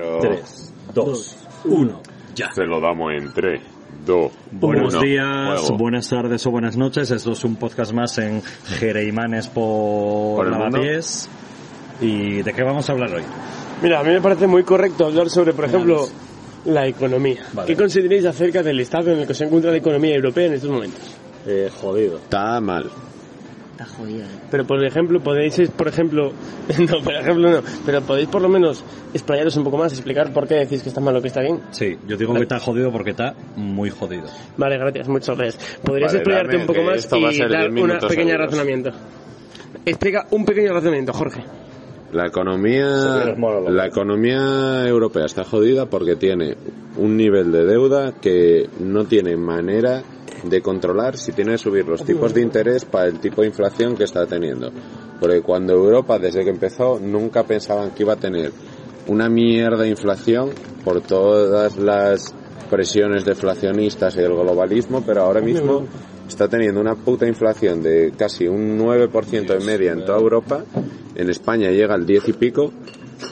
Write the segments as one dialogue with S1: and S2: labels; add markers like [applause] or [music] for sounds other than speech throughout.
S1: Pero
S2: 3, 2, 1, ya.
S1: se lo damos en 3, 2,
S2: Buenos días,
S1: Juego.
S2: buenas tardes o buenas noches. Esto es un podcast más en Jereimanes
S1: Por
S2: por
S1: el mundo.
S2: Lavapiés. ¿Y de qué vamos a hablar hoy?
S3: Mira, a mí me parece muy correcto hablar sobre, por ejemplo, la economía.
S2: Vale.
S3: ¿Qué consideráis acerca del estado en el que se encuentra la economía europea en estos momentos?
S2: Eh, jodido.
S1: Está mal.
S4: Está jodida. eh.
S3: Pero, por ejemplo, podéis, es- por ejemplo, [laughs] no, por ejemplo no, pero podéis por lo menos explayaros un poco más, explicar por qué decís que está mal o que está bien.
S2: Sí, yo digo que está jodido porque está muy jodido.
S3: Vale, gracias, muchas gracias. ¿Podrías
S1: Vale,
S3: explayarte
S1: dame,
S3: un poco
S1: que
S3: más
S1: esto va a
S3: y
S1: ser
S3: dar
S1: 10
S3: un
S1: minutos
S3: pequeño
S1: seguidos.
S3: razonamiento? Explica un pequeño razonamiento, Jorge.
S1: La economía, la economía europea está jodida porque tiene un nivel de deuda que no tiene manera de controlar si tiene que subir los tipos de interés para el tipo de inflación que está teniendo. Porque cuando Europa, desde que empezó, nunca pensaban que iba a tener una mierda de inflación por todas las presiones deflacionistas y el globalismo, pero ahora mismo está teniendo una puta inflación de casi un 9% de media en toda Europa, en España llega al 10 y pico,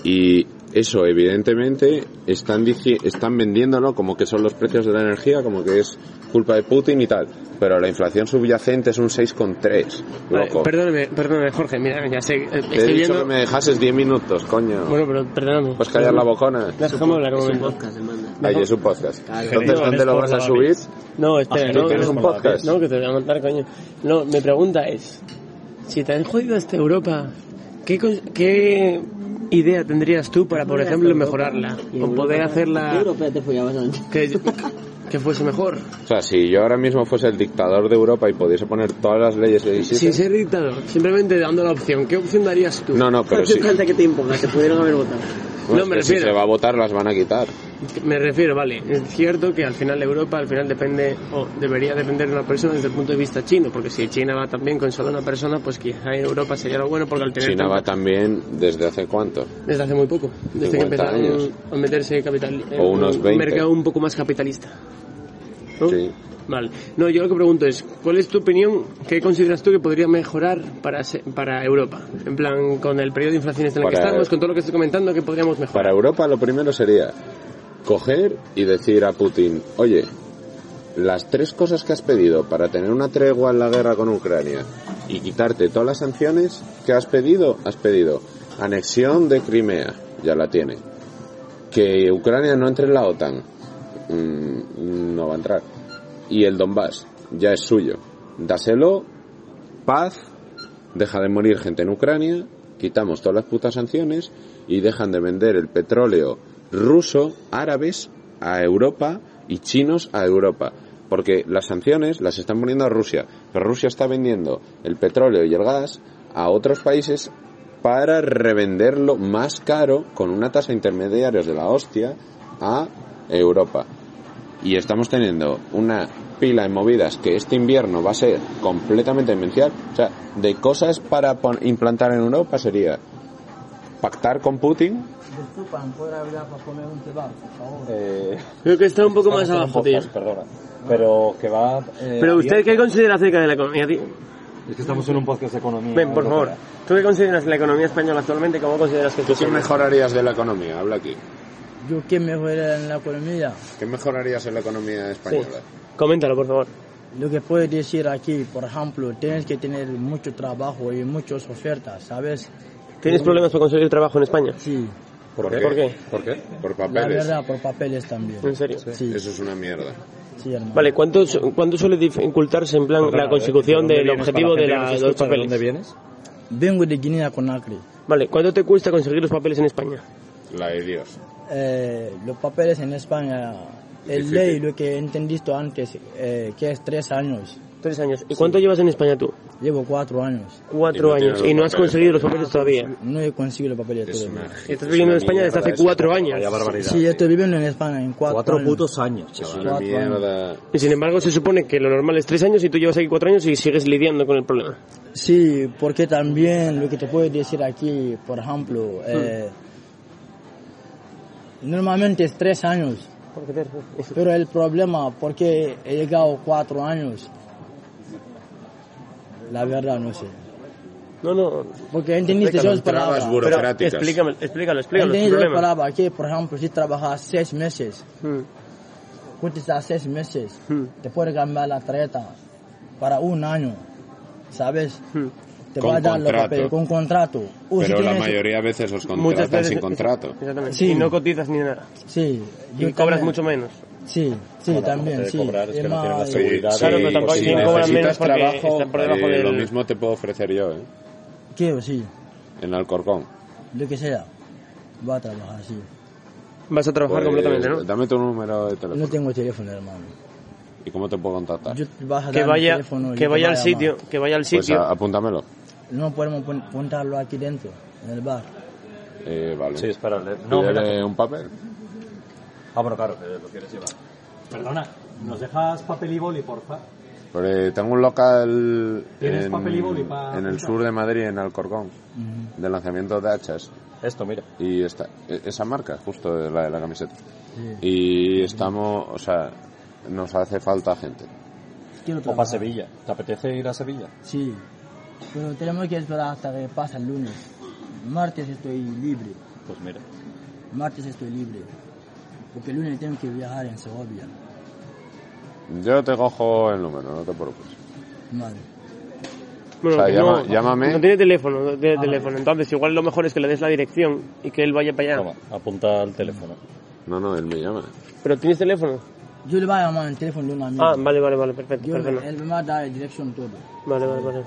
S1: y eso evidentemente están, dici- están vendiéndolo como que son los precios de la energía, como que es culpa de Putin y tal, pero la inflación subyacente es un 6,3,
S3: Vale,
S1: loco.
S3: perdóname, perdóname, Jorge, mira, ya sé, eh,
S1: Te he
S3: estoy
S1: dicho que
S3: viendo...
S1: me dejases 10 minutos, coño.
S3: Bueno, pero perdóname.
S1: Puedes callar la bocona.
S3: Déjame hablar un
S4: Es un
S3: momento.
S4: podcast, hermano.
S1: Ahí es un podcast.
S4: Claro.
S1: Entonces, ¿dónde
S2: Eres
S1: lo vas a
S2: por
S1: subir?
S3: No, espera,
S2: Ah,
S3: no,
S1: ¿tienes
S3: no,
S1: un podcast?
S3: No, que te voy a mandar, coño. No, mi pregunta es, si te han jodido hasta Europa, ¿qué, cos- qué idea tendrías tú para, por ejemplo, mejorarla?
S4: Y
S3: O
S4: Europa-
S3: poder
S4: ¿Qué
S3: hacerla
S4: europea te follabas antes?
S3: que, que fuese mejor.
S1: O sea, si yo ahora mismo fuese el dictador de Europa y pudiese poner todas las leyes que
S3: Sin
S1: quisiese...
S3: ser dictador, simplemente dando la opción. ¿Qué opción darías tú?
S1: No, no,
S3: [laughs]
S1: pero
S4: Hazte
S1: sí.
S4: cuenta que te impongas, te pudieron haber votado.
S1: Bueno,
S3: no,
S1: es
S3: me
S1: que si
S3: refiero.
S1: se va a votar, las van a quitar.
S3: Me refiero, vale, es cierto que al final Europa al final depende, o debería depender de una persona desde el punto de vista chino, porque si China va también con solo una persona, pues quizá en Europa sería lo bueno, porque al tener
S1: China
S3: tanta-
S1: va también desde hace cuánto.
S3: Desde hace muy poco, desde que
S1: 50
S3: empezaron
S1: años.
S3: a meterse capital, en
S1: O unos
S3: un
S1: 20.
S3: mercado un poco más capitalista. ¿no?
S1: Sí.
S3: Vale. No, yo lo que pregunto es, ¿cuál es tu opinión? ¿Qué consideras tú que podría mejorar para, se- para Europa? En plan, con el periodo de inflación este en el que
S1: Para-
S3: estamos, con todo lo que estoy comentando, ¿qué podríamos mejorar?
S1: Para Europa lo primero sería coger y decir a Putin, oye, las tres cosas que has pedido para tener una tregua en la guerra con Ucrania y quitarte todas las sanciones que has pedido, has pedido anexión de Crimea, ya la tiene, que Ucrania no entre en la OTAN, mm, no va a entrar, y el Donbass, ya es suyo, dáselo, paz, deja de morir gente en Ucrania, quitamos todas las putas sanciones y dejan de vender el petróleo ruso, árabes a Europa y chinos a Europa. Porque las sanciones las están poniendo a Rusia, pero Rusia está vendiendo el petróleo y el gas a otros países para revenderlo más caro con una tasa de intermediarios de la hostia a Europa y estamos teniendo una pila de movidas que este invierno va a ser completamente demencial. O sea, de cosas para pon- implantar en Europa sería pactar con Putin.
S3: Creo que está un poco más abajo, tío.
S2: Perdona. Pero que va... eh,
S3: Pero usted, ¿qué considera acerca de la economía, tío?
S2: Es que estamos en un podcast de economía.
S3: Ven, por favor. ¿Tú qué consideras la economía española actualmente? ¿Cómo consideras que
S1: ¿Tú qué
S3: funciona?
S1: mejoraría de la economía? Habla aquí.
S5: Yo que mejora en la economía.
S1: ¿Qué mejorarías en la economía española?
S3: Coméntalo, por favor.
S5: Lo que puedo decir aquí, por ejemplo, tienes que tener mucho trabajo y muchas ofertas, ¿sabes?
S3: ¿Tienes problemas para conseguir trabajo en España?
S5: Sí,
S1: ¿Por,
S3: ¿Por qué?
S1: ¿Por qué? Por
S5: la
S1: papeles.
S5: verdad, por papeles también.
S3: ¿En serio?
S5: Sí,
S1: Eso es una mierda.
S5: sí, hermano.
S3: Vale, ¿cuánto, su- cuánto suele dificultarse en plan la consecución del objetivo de, la- de los papeles?
S2: ¿Dónde vienes?
S5: Vengo de Guinea Conakry.
S3: Vale, ¿cuánto te cuesta conseguir los papeles en España?
S1: La de Dios.
S5: Eh, los papeles en España, el
S1: Difícil.
S5: ley, lo que entendiste antes, eh, que es tres años.
S3: Tres años. ¿Y cuánto llevas en España tú?
S5: Llevo cuatro años.
S1: Y
S3: Cuatro
S1: no
S3: años
S1: tiene
S3: y no
S1: los
S3: has conseguido los papeles todavía.
S5: No he conseguido el papel de
S1: Es
S5: todo.
S1: una-
S3: Estás viviendo en
S1: es una
S3: España desde
S1: mierda
S3: hace
S1: eso.
S3: cuatro años.
S2: Vaya barbaridad.
S5: Sí, yo estoy viviendo en España en cuatro,
S2: Cuatro
S5: años.
S2: putos años,
S1: Es
S2: chaval.
S1: una
S5: Cuatro años.
S1: mierda.
S3: Y sin embargo, se supone que lo normal es tres años y tú llevas aquí cuatro años y sigues lidiando con el problema.
S5: Sí, porque también lo que te puedo decir aquí, por
S1: Hmm.
S5: ejemplo, eh, normalmente es tres años, pero el problema, porque he llegado cuatro años, la verdad no sé.
S3: No, no.
S5: Porque entendiste
S3: Explícalo,
S5: dos palabras.
S1: trabas burocráticas.
S3: Explícame, explícalo, explícalo. tu
S5: Entendí dos
S3: problema.
S5: palabras que, por ejemplo, si trabajas seis meses,
S3: Mm,
S5: cotizas seis meses,
S3: mm,
S5: te puedes cambiar la tarjeta para un año, ¿sabes?
S3: mm.
S5: Te
S1: Con
S5: va a dar los
S1: contrato.
S5: papeles con contrato. O si
S1: Pero la
S5: tienes-
S1: mayoría de veces os
S3: Muchas
S1: contratan
S3: veces
S1: sin contrato.
S3: Exactamente.
S5: Sí.
S3: Y no cotizas ni nada.
S5: Sí.
S3: Y
S5: yo
S3: cobras
S5: también-
S3: mucho menos.
S5: Sí, sí, también, sí. Es más,
S3: Claro, pero tampoco-
S1: si
S3: sí, cobran
S1: necesitas
S3: menos porque
S1: trabajo,
S3: están por debajo
S1: eh,
S3: del-
S1: lo mismo te puedo ofrecer yo, ¿eh?
S5: que sí,
S1: En Alcorcón.
S5: lo que sea, va a trabajar, sí.
S3: Vas a trabajar
S1: Pues,
S3: completamente, ¿no?
S1: Dame tu número de teléfono.
S5: No tengo teléfono, hermano.
S1: ¿Y cómo te puedo contactar?
S5: Yo vas a
S3: Ah. Que
S5: dar mi
S3: vaya,
S5: teléfono, yo
S3: que
S5: te
S3: vaya
S5: voy
S3: al
S5: a
S3: sitio,
S5: llamar.
S3: que vaya al
S1: Pues
S3: sitio.
S1: a- apúntamelo.
S5: No podemos pon- apuntarlo aquí dentro, en el bar.
S1: Eh, vale.
S2: Sí, espera, le-
S1: No,
S2: No, mira.
S1: un papel?
S2: Ah, bueno, claro, que lo quieres llevar. Perdona, ¿nos dejas papel y boli, porfa?
S1: Porque tengo un local
S2: ¿Tienes
S1: en,
S2: papel y boli pa-
S1: en el sur de Madrid, en Alcorcón, de lanzamiento de hachas.
S2: Esto, mira.
S1: Y está, e- esa marca, justo de la de la camiseta.
S5: Sí.
S1: Y estamos, o sea, nos hace falta gente.
S5: Quiero
S2: O para
S5: trabajar.
S2: Sevilla. ¿Te apetece ir a Sevilla?
S5: Sí, pero tenemos que esperar hasta que pase el lunes. Martes estoy libre,
S2: Pues mira.
S5: martes estoy libre. Porque el lunes tengo que viajar en Segovia.
S1: Yo te cojo el número, no te preocupes.
S5: Vale.
S3: Bueno,
S1: o sea,
S3: que
S1: llama-
S3: no,
S1: llámame.
S3: No tiene teléfono, no tiene
S5: Ah,
S3: teléfono. Entonces, igual lo mejor es que le des la dirección y que él vaya para allá.
S2: Toma, apunta al teléfono.
S1: No, no, él me llama.
S3: ¿Pero tienes teléfono?
S5: Yo le voy a llamar el teléfono de un amigo.
S3: Ah, vale, vale, vale, perfecto,
S5: Yo,
S3: perdona.
S5: él me va a dar la dirección todo.
S3: Vale, vale, vale.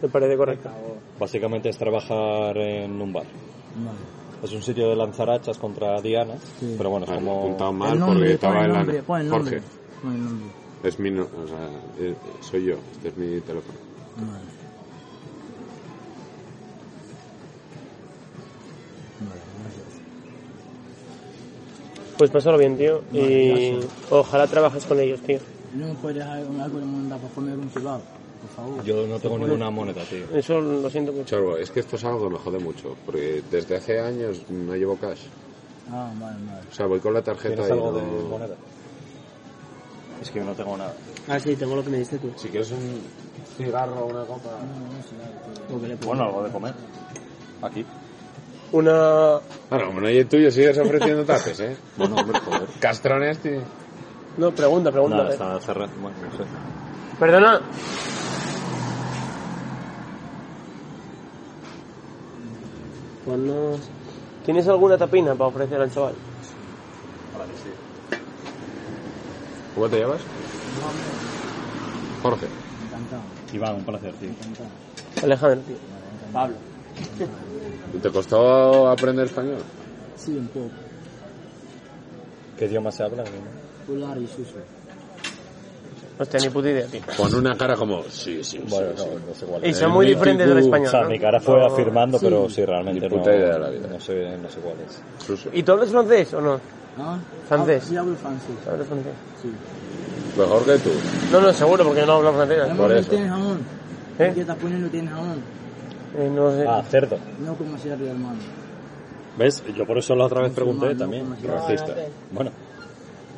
S3: Me parece correcto.
S2: Básicamente es trabajar en un bar.
S5: Vale.
S2: Es un sitio de lanzar hachas contra Diana,
S5: Sí.
S2: pero bueno, es
S1: Ah, lo he
S2: como...
S1: apuntado mal
S5: El
S1: porque
S5: nombre,
S1: estaba
S5: pon el
S1: en la...
S5: nombre, pon el nombre,
S1: Jorge,
S5: pon el nombre.
S1: es mi... no- o sea, eh, soy yo, este es mi teléfono.
S5: Vale. Vale, gracias.
S3: Pues pásalo bien, tío. Y ojalá trabajes con ellos, tío.
S5: ¿No me puedes dejar un- algo de moneda para comer un kebab? Por favor.
S2: Yo no tengo ninguna moneda, tío.
S3: Eso lo siento mucho.
S1: Chorbo, es que esto es algo que me jode mucho, porque desde hace años no llevo cash.
S5: Ah, vale, vale.
S1: O sea, voy con la tarjeta
S2: ¿Tienes
S1: y
S2: algo
S1: no-
S2: de moneda? Es que yo no tengo nada.
S6: Ah, sí, tengo lo que me diste tú.
S1: Si quieres un cigarro o una copa...
S6: Lo que le puse.
S2: Bueno, algo de comer. Aquí.
S3: Una...
S1: Bueno, como no hay el tuyo, sigues ofreciendo tapes, ¿eh? Bueno, hombre,
S2: [laughs]
S1: joder. Castrones, tío.
S3: No, pregunta, pregunta.
S2: Nada, está cerrado. Bueno, no sé.
S3: Perdona.
S6: Ponnos-
S3: ¿Tienes alguna tapina para ofrecer al chaval?
S1: ¿Cómo te llamas? Jorge.
S5: Encantado,
S2: Iván, un placer, tío.
S5: encantado.
S3: Alejandro, tío.
S6: Pablo.
S1: ¿Y ¿Te costó aprender español?
S5: Sí, un poco.
S2: ¿Qué idioma se habla?
S5: Polar y suso.
S3: Hostia, ni puta idea, tío.
S1: Con una cara como... Sí, sí, sí.
S2: Bueno, no, no sé cuál
S3: Y
S2: es.
S3: son muy diferentes del
S2: Uh, O
S3: español.
S2: sea,
S3: ¿no?
S2: mi cara fue
S3: No.
S2: afirmando, pero sí,
S1: Ni
S2: realmente
S1: puta
S2: no,
S1: idea de la vida.
S2: No, sé, no sé cuál es.
S1: Suso.
S3: ¿Y tú hablas francés o no?
S5: ¿Ah?
S3: Francés.
S5: Ah, Sí, hablo francés.
S3: ¿Hablas francés?
S5: Sí.
S1: Mejor que tú.
S3: No, no, seguro, porque no hablo francés.
S5: Además, no
S1: eso.
S5: tienes jamón.
S3: ¿Eh?
S5: ¿Qué estás poniendo? Tienes jamón.
S3: Eh, no sé.
S2: Ah, cerdo.
S5: No como serio, hermano.
S2: ¿Ves? Yo por eso la otra vez pregunté
S5: Musulmán,
S2: también.
S5: no,
S1: Racista.
S2: Bueno,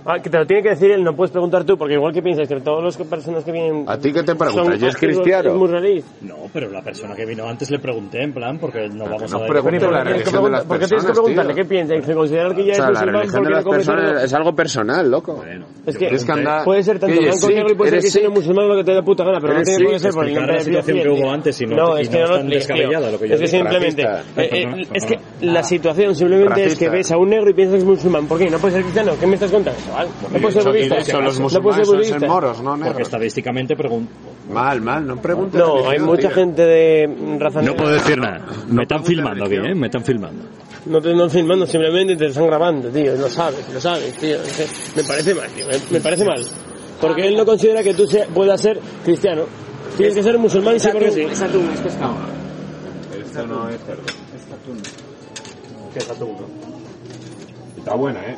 S3: Ah, que te lo tiene que decir él, no puedes preguntar tú, porque igual que piensas que todas las personas que vienen...
S1: ¿A ti qué te pregunta?
S3: son
S1: ¿Y es
S3: ácidos,
S1: cristiano?
S3: es murralí.
S2: no, pero la persona que vino antes le pregunté, en plan, porque no vamos
S1: no
S2: a...
S1: pregunto
S3: Pero ¿y
S1: Pero la
S3: por qué tienes que
S1: religión de
S3: preguntar-
S1: las
S3: ¿Por qué tienes que
S1: personas,
S3: preguntarle
S1: tío.
S3: qué piensa? Y considerar que ya
S1: O sea,
S3: es
S1: la
S3: musulmán
S1: religión
S3: porque
S1: de
S3: no
S1: las
S3: come cerdo.
S1: personas es algo personal, loco.
S2: Bueno,
S3: Es
S2: yo
S3: que
S1: Tienes que andar-
S3: puede ser tanto
S1: Oye,
S3: blanco
S1: sí,
S3: negro y puede ser
S1: eres
S3: cristiano
S1: sí.
S3: musulmán lo que te dé puta gana, pero no
S1: Eres
S3: tiene por qué
S1: sí.
S3: ser por
S2: Explicar
S3: ningún
S2: la situación que hubo antes y no- y
S3: es que
S2: no es
S3: no lo
S2: tan
S3: explico.
S2: descabellada lo que yo
S3: Es que
S2: digo.
S3: simplemente,
S1: Racista.
S3: eh, eh,
S2: Perdona,
S3: es que
S2: perdona.
S3: la situación simplemente es que
S1: Racista.
S3: ves a un negro y piensas que es musulmán. ¿Por qué? ¿No puede ser cristiano? ¿Qué me estás contando, chaval? No puede ser
S1: Eso-
S3: budista.
S1: eso, los
S3: No puede ser
S1: musulmanes
S3: budista.
S1: son moros, no
S2: Porque
S1: negros.
S2: estadísticamente pregunto...
S1: Mal, mal, no preguntes.
S3: No, hay
S1: religión,
S3: mucha
S1: tío.
S3: gente de raza negra.
S2: decir nada.
S1: Me están filmando aquí, ¿eh?
S2: Me están filmando.
S3: No te están filmando, simplemente te están grabando, tío. Lo sabes, lo sabes, tío. Es que Me parece mal, tío. Me, me parece mal. Porque él no considera que tú sea- puedas ser cristiano. Tienes que ser musulmán y sí porque sí.
S7: Es atún, es pescado.
S1: Esto no es cerdo.
S2: Que está tu burro.
S1: Está buena, ¿eh?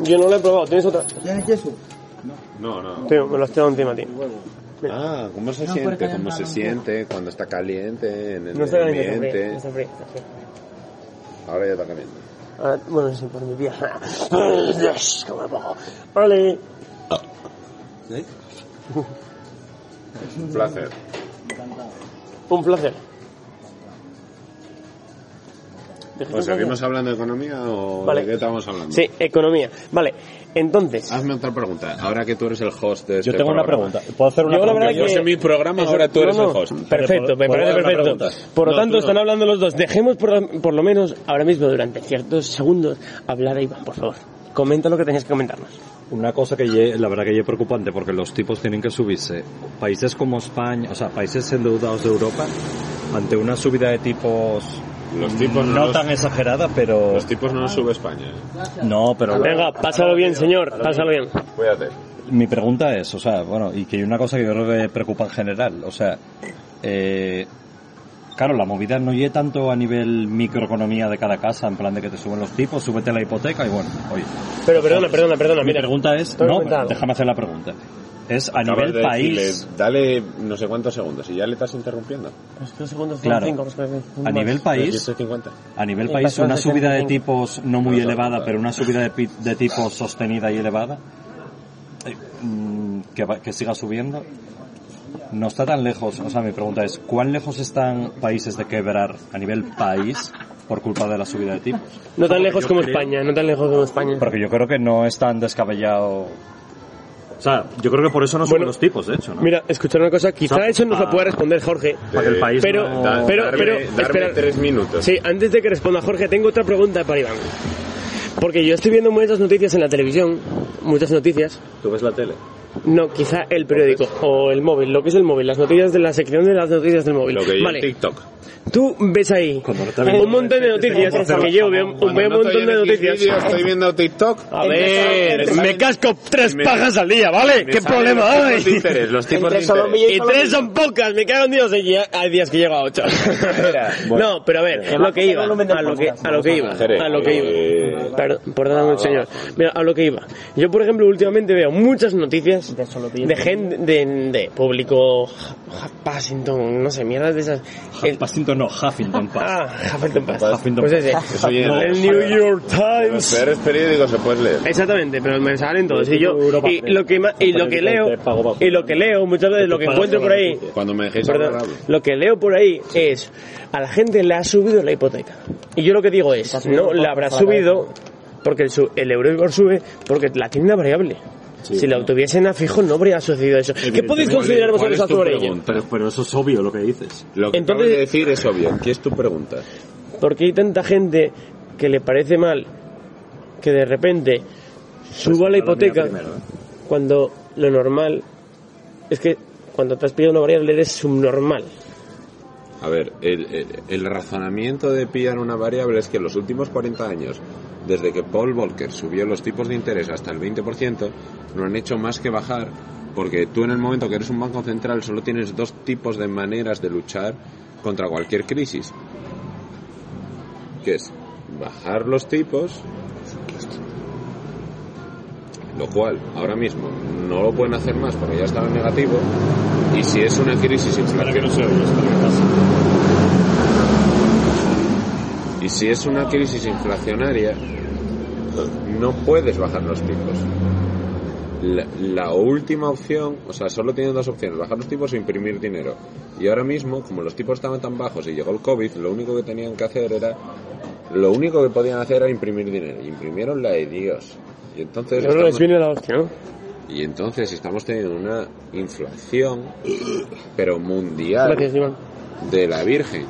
S3: Yo no lo he probado, tienes otra.
S5: ¿Tiene queso?
S1: No, no.
S3: Tío, me lo has tirado encima, tío.
S1: Ah, ¿cómo se
S5: No, porque
S1: siente? ¿Cómo
S5: no,
S1: se
S5: no.
S1: siente cuando está caliente en el
S3: No está caliente,
S1: ambiente?
S3: está frío, está frío, está frío.
S1: Ahora ya está caliente.
S3: Ah, bueno, sí, por mi [laughs] pierna. Ay, Dios, cómo me pongo. Vale.
S1: Un placer.
S3: Un placer.
S1: Pues seguimos hablando de economía o
S3: Vale.
S1: de qué estamos hablando.
S3: Sí, economía. Vale, entonces...
S1: Hazme otra pregunta. Ahora que tú eres el host de este
S2: Yo tengo una
S1: programa.
S2: pregunta. ¿Puedo hacer una
S3: Yo la
S2: pregunta?
S3: verdad
S1: Yo
S3: que-
S1: soy mi programa,
S3: Eso-
S1: ahora tú
S3: no,
S1: eres
S3: no,
S1: el host.
S3: Perfecto,
S2: Pero puedo-
S3: me parece
S2: puedo hacer una
S3: perfecto.
S2: pregunta.
S3: Por lo
S2: No,
S3: tanto,
S2: tú no.
S3: están hablando los dos. Dejemos por, por lo menos ahora mismo durante ciertos segundos hablar a Iván, por favor. Comenta lo que tenías que comentarnos.
S2: Una cosa que lle- la verdad que es preocupante porque los tipos tienen que subirse. Países como España, o sea, países endeudados de Europa, ante una subida de tipos
S1: Los tipos no,
S2: no
S1: los-
S2: tan exagerada, pero
S1: Los tipos no los sube España. ¿eh?
S2: no, pero
S3: Venga, pásalo bien, señor, pásalo bien.
S1: Cuídate.
S2: mi pregunta es, o sea, bueno, y que hay una cosa que yo creo que preocupa en general, o sea, eh, claro, la movida no llega tanto a nivel microeconomía de cada casa, en plan de que te suben los tipos, súbete la hipoteca y bueno, oye.
S3: Pero perdona, perdona, perdona,
S2: mi
S3: mira.
S2: pregunta es,
S3: tengo que
S2: no,
S3: comentar algo.
S2: déjame hacer la pregunta. Es a
S1: Acabas
S2: nivel
S1: de
S2: país,
S1: decirle, dale no sé cuántos segundos y ya le estás interrumpiendo.
S3: Dos segundos,
S2: Claro.
S3: cinco, cinco,
S2: a nivel país,
S1: 350.
S2: a nivel
S3: Eh,
S2: país
S3: pasó a
S2: una subida de
S3: 65.
S2: tipos no muy
S1: Vamos a
S2: elevada,
S1: contar.
S2: pero una subida de, pi- de tipos sostenida y elevada, eh, mm, que, va- que siga subiendo, no está tan lejos. O sea, mi pregunta es, ¿cuán lejos están países de quebrar a nivel país por culpa de la subida de tipos?
S3: No tan lejos como España, no tan lejos como España.
S2: Porque yo creo que no es tan descabellado. O sea, yo creo que por eso no
S3: suben Bueno, los
S2: tipos, de hecho,
S3: Mira, escuchar una cosa,
S2: No,
S3: quizá eso nos lo
S2: ah.
S3: pueda responder Jorge.
S2: Para que el país
S3: Pero,
S2: no-
S1: Da-
S3: pero,
S1: darme-
S3: pero,
S1: darme
S3: espera.
S1: tres minutos.
S3: Sí, antes de que responda Jorge, tengo otra pregunta para Iván. Porque yo estoy viendo muchas noticias en la televisión, muchas noticias.
S1: ¿Tú ves la tele?
S3: No, quizá el periódico o el móvil, lo que es el móvil, las noticias de la sección de las noticias del móvil.
S1: Lo que hay
S3: vale,
S1: en TikTok.
S3: tú ves ahí
S2: Cuando no te ves-
S3: un montón de noticias, porque yo veo un
S1: Cuando
S3: veo un
S1: no estoy
S3: montón de
S1: en
S3: noticias.
S1: Xvideos, estoy viendo TikTok.
S3: A ver,
S1: Entre-
S3: me casco tres
S1: me-
S3: pajas al día, ¿vale?
S1: Me
S3: ¿Qué
S1: salen
S3: problema
S1: los
S3: hay?
S1: tipos
S8: [laughs]
S1: de interés, los tipos de
S8: Entre
S1: interés.
S8: Colombia
S3: Y tres son pocas, me cago en Dios, y ya- hay días que llego a ocho. [laughs] no, pero a ver, lo que iba, a lo que, a lo que iba, a lo que iba. Perdón, perdóname, señor. Mira, a lo que iba. Yo, por ejemplo, últimamente veo muchas noticias
S8: De solo pillo.
S3: de gente, de, de público, Huff- Huffington, no sé, mierdas de esas. El-
S2: Huffington no, Huffington Pass.
S3: ah, Huffington Post.
S2: Huffington
S3: Pues ese.
S1: Eso ya es-
S3: El New York
S1: Los
S3: Times.
S1: peores periódicos se puedes leer.
S3: Exactamente, pero me salen todos. Y yo,
S2: Europa
S3: y
S2: Press.
S3: lo que, ma- y lo que leo, y lo que leo, muchas veces lo que encuentro por ahí,
S1: Cuando me dejéis
S3: Perdón,
S1: hablar, hablo.
S3: lo que leo por ahí es a la gente le ha subido la hipoteca. Y yo lo que digo es, no la habrá subido porque el, su- el Euribor sube porque la tiene una variable. si la tuviesen a fijo no habría sucedido eso. ¿Qué podéis considerar
S1: ¿Cuál es
S3: vosotros
S1: tu
S3: sobre ello?
S1: pregunta?
S2: Pero eso es obvio lo que dices.
S1: Lo que
S3: Entonces-
S1: acabas de decir es obvio. ¿Qué es tu pregunta?
S3: Porque hay tanta gente que le parece mal que de repente suba la hipoteca
S1: ¿eh?
S3: cuando lo normal es que cuando te has pillado una variable eres subnormal.
S1: A ver, el, el- el razonamiento de pillar una variable es que en los últimos 40 años, desde que Paul Volcker subió los tipos de interés hasta el 20%, no han hecho más que bajar, porque tú en el momento que eres un banco central solo tienes dos tipos de maneras de luchar contra cualquier crisis, que es bajar los tipos, lo cual ahora mismo no lo pueden hacer más porque ya estaba en negativo, y si es una crisis inflacionaria... Y si es una crisis inflacionaria, no puedes bajar los tipos. La, la última opción, o sea, solo tienes dos opciones, bajar los tipos o imprimir dinero. Y ahora mismo, como los tipos estaban tan bajos y llegó el COVID, lo único que tenían que hacer era... Lo único que podían hacer era imprimir dinero. Y imprimieron la de Dios. Y entonces...
S3: Pero no les
S1: estamos-
S3: viene la hostia, ¿no?
S1: y entonces estamos teniendo una inflación, pero mundial
S3: Gracias, Iván.
S1: de la Virgen.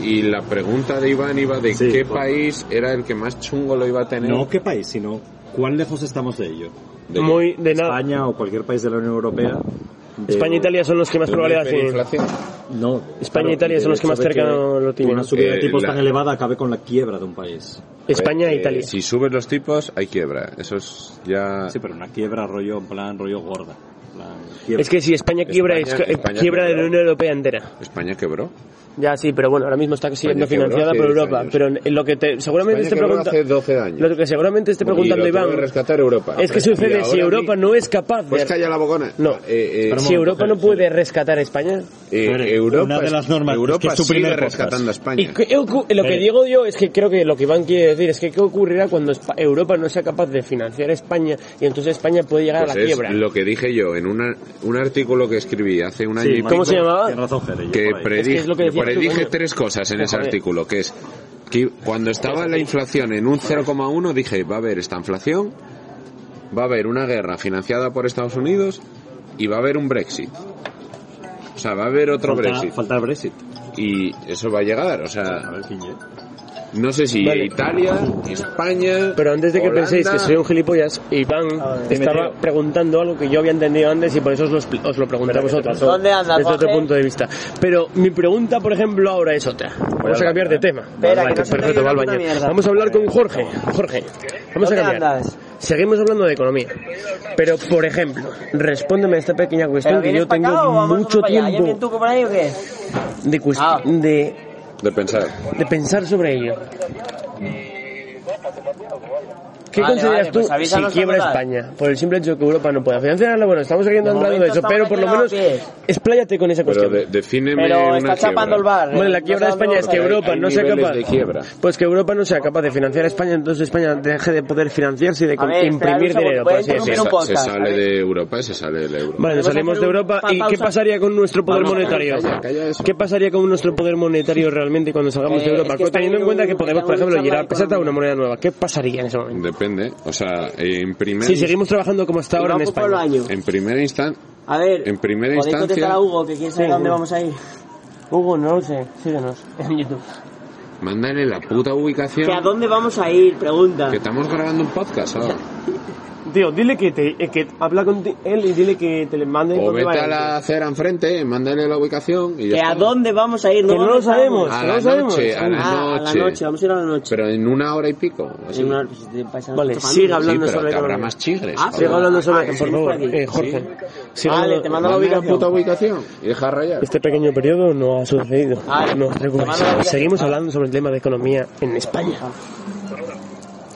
S1: Y la pregunta de Iván iba de
S2: Sí,
S1: qué
S2: por-
S1: país era el que más chungo lo iba a tener.
S2: No qué país, sino cuán lejos estamos de ello.
S1: De-
S3: Muy de nada.
S2: España o cualquier país de la Unión Europea. de-
S3: España e Italia son los que más
S1: de
S3: probabilidades tienen.
S1: hiperinflación.
S2: No. eh,
S3: España e Italia son los que más
S2: sabe
S3: cerca no lo tienen.
S2: Una subida de
S1: Eh,
S2: tipos
S1: la-
S2: tan elevada acabe con la quiebra de un país.
S3: España e
S1: Eh,
S3: Italia.
S1: Si subes los tipos, hay quiebra. Eso es ya.
S2: Sí, pero una quiebra rollo, en plan rollo gorda.
S1: plan,
S3: Es que si España quiebra,
S1: España-
S3: es- eh,
S1: España
S3: quiebra
S1: quebró.
S3: la Unión Europea entera.
S1: España quebró.
S3: Ya, sí, pero bueno, ahora mismo está siendo
S1: quebró
S3: financiada
S1: hace
S3: por
S1: 10
S3: Europa.
S1: años.
S3: Pero en lo que te, seguramente
S1: España
S3: esté
S1: quebró
S3: pregunta-
S1: hace 12 años.
S3: Lo que seguramente esté preguntando
S1: Y lo tuvo
S3: Iván
S1: que rescatar Europa.
S3: es que
S1: Y
S3: sucede
S1: ahora
S3: si Europa
S1: mi-
S3: no es capaz de...
S1: Pues calla la bocona.
S3: No.
S1: Eh, eh,
S2: Pero un
S3: si
S2: momento,
S3: Europa no
S2: Javier,
S3: puede rescatar a España...
S1: eh,
S2: Espere,
S1: Europa,
S2: una de las normas
S1: Europa
S2: es que es tu
S1: sigue
S2: primer podcast.
S1: rescatando a
S3: Y
S1: España.
S3: que- eu- cu- lo que
S2: Eh.
S3: digo yo es que creo que lo que Iván quiere decir es que qué ocurrirá cuando Espa- Europa no sea capaz de financiar a España y entonces España puede llegar
S1: Pues
S3: a la
S1: es
S3: quiebra.
S1: lo que dije yo en una- un artículo que escribí hace un año y
S3: ¿Cómo
S1: pico,
S3: se llamaba?
S2: Tienes razón, Jere, yo
S1: que
S2: por ahí.
S1: predije,
S3: Es que es lo que decías tú,
S1: predije
S3: coño.
S1: tres cosas en ese
S3: Joder.
S1: artículo, que es que cuando estaba la inflación en un 0,1 dije, va a haber esta inflación, va a haber una guerra financiada por Estados Unidos y va a haber un Brexit. O sea, va a haber otro
S2: falta,
S1: Brexit.
S2: falta el Brexit. eh,
S1: Y eso va a llegar, o
S2: A
S1: sea,
S2: ver quién llega.
S1: no sé si
S3: Vale.
S1: Italia, España...
S3: Pero antes de que
S1: Holanda-
S3: penséis que soy un gilipollas, Iván
S2: te
S3: estaba
S2: metí.
S3: preguntando algo que yo había entendido antes y por eso os lo, expli- os lo pregunté a vosotros.
S4: ¿Dónde andas,
S3: Desde otro
S4: Jorge?
S3: punto de vista. Pero mi pregunta, por ejemplo, ahora es otra. Vamos a
S2: al
S3: cambiar de
S2: baño,
S3: tema.
S4: ¿eh? Espera, que no se te
S3: Perfecto,
S4: oye
S3: va al
S4: una puta
S3: baño.
S4: mierda.
S3: Vamos a hablar con Jorge. Jorge, vamos a
S4: ¿Dónde
S3: cambiar.
S4: andas?
S3: Seguimos hablando de economía. Pero, por ejemplo, respóndeme a esta pequeña
S4: ¿Pero
S3: cuestión que
S4: vienes
S3: yo
S4: pa' acá o
S3: tengo
S4: vamos
S3: mucho
S4: pa' allá? ¿Hay alguien
S3: tiempo
S4: tuco por ahí o qué?
S3: de, cuest-
S4: Ah.
S3: de,
S1: De pensar.
S3: de pensar sobre ello. ¿Qué
S4: Vale,
S3: consideras
S4: vale, pues
S3: tú si
S4: avísanos
S3: quiebra
S4: cuando tal.
S3: España? Por el simple hecho de que Europa no pueda financiarla, bueno, estamos aquí hablando de,
S4: momento
S3: eso,
S4: estamos
S3: pero por
S4: aquí
S3: lo
S4: en
S3: menos
S4: lavapiés.
S3: expláyate con esa
S1: Pero
S3: cuestión.
S1: de, defíneme
S4: Pero
S1: una
S4: está
S1: quiebra.
S4: chapando el bar. ¿eh?
S3: Bueno, la
S4: No
S3: quiebra de
S4: sabe
S3: España es
S4: dónde
S3: que
S1: Hay-
S3: Europa
S1: hay
S3: no sea
S1: niveles
S3: capaz.
S1: de quiebra.
S3: Pues que Europa no sea capaz de financiar a España, entonces España deje de poder financiarse y de
S4: A ver, espera,
S3: imprimir
S4: Luisa,
S3: dinero, por
S4: ¿puedes
S3: así
S1: Se,
S3: decirlo.
S4: interrumpir
S1: sa-
S4: un
S1: se
S4: podcast, a
S1: sale
S4: ver.
S1: de Europa y se sale del euro.
S3: Vale, nos
S4: Vamos a
S3: salimos de
S4: hacer un-
S3: Europa.
S4: pa-
S3: ¿Y qué
S4: pausa.
S3: pasaría con nuestro poder
S1: Vamos,
S3: monetario?
S1: calla, calla eso.
S3: ¿Qué pasaría con nuestro poder monetario realmente cuando salgamos
S4: Eh,
S3: de Europa?
S4: es que está
S3: Teniendo en
S4: en
S3: cuenta
S4: un-
S3: que podemos,
S4: en
S3: por
S4: una
S3: ejemplo,
S4: charla
S3: llegar a pesar a una
S4: económica.
S3: moneda nueva. ¿Qué pasaría en ese momento?
S1: Depende. O sea, eh, en primera,
S3: Si seguimos trabajando como hasta ahora en
S4: Vamos por el
S3: España.
S4: baño.
S1: en primera instancia.
S4: A ver,
S1: En primera
S4: ¿podéis contestar
S1: instancia-
S4: a Hugo, que quién sabe
S3: Sí,
S4: dónde
S3: Hugo.
S4: vamos a ir.
S3: Hugo, no lo sé. Síguenos. [laughs] En YouTube.
S1: Mándale la puta ubicación.
S4: Que a dónde vamos a ir, pregunta.
S1: Que estamos grabando un podcast ahora.
S3: Tío, dile que, te, eh, que habla con ti- él y dile que te le mande
S1: O vete
S3: dónde vayan,
S1: a la acera enfrente, mándale la ubicación y ya
S4: Que
S1: está.
S4: a dónde vamos a ir,
S3: Que no
S4: ¿Dónde
S3: lo sabemos.
S4: estamos?
S1: A
S3: No
S1: la
S3: lo sabemos.
S1: noche, a la
S4: Ah, a
S1: noche.
S4: la noche, vamos a ir a la noche.
S1: Pero en una hora y pico. así.
S4: En una- pues, si te pasan
S3: Vale,
S4: chupando.
S3: sigue
S1: Sí,
S3: hablando
S1: pero
S3: sobre
S1: que habrá
S3: economía.
S1: más chigres.
S4: Ah,
S3: Sigue
S1: joder.
S3: hablando sobre
S4: Ah,
S3: por
S4: seguimos
S3: favor.
S4: por aquí.
S3: Eh, Jorge. sigue
S4: Vale,
S3: hablando-
S4: te mando
S1: Mándale
S4: la
S1: la
S4: ubicación.
S1: puta ubicación y deja rayar.
S3: Este pequeño periodo no ha sucedido.
S4: Ah,
S3: no os preocupéis.
S4: te mando la ubicación.
S3: Seguimos hablando sobre el tema de economía en España.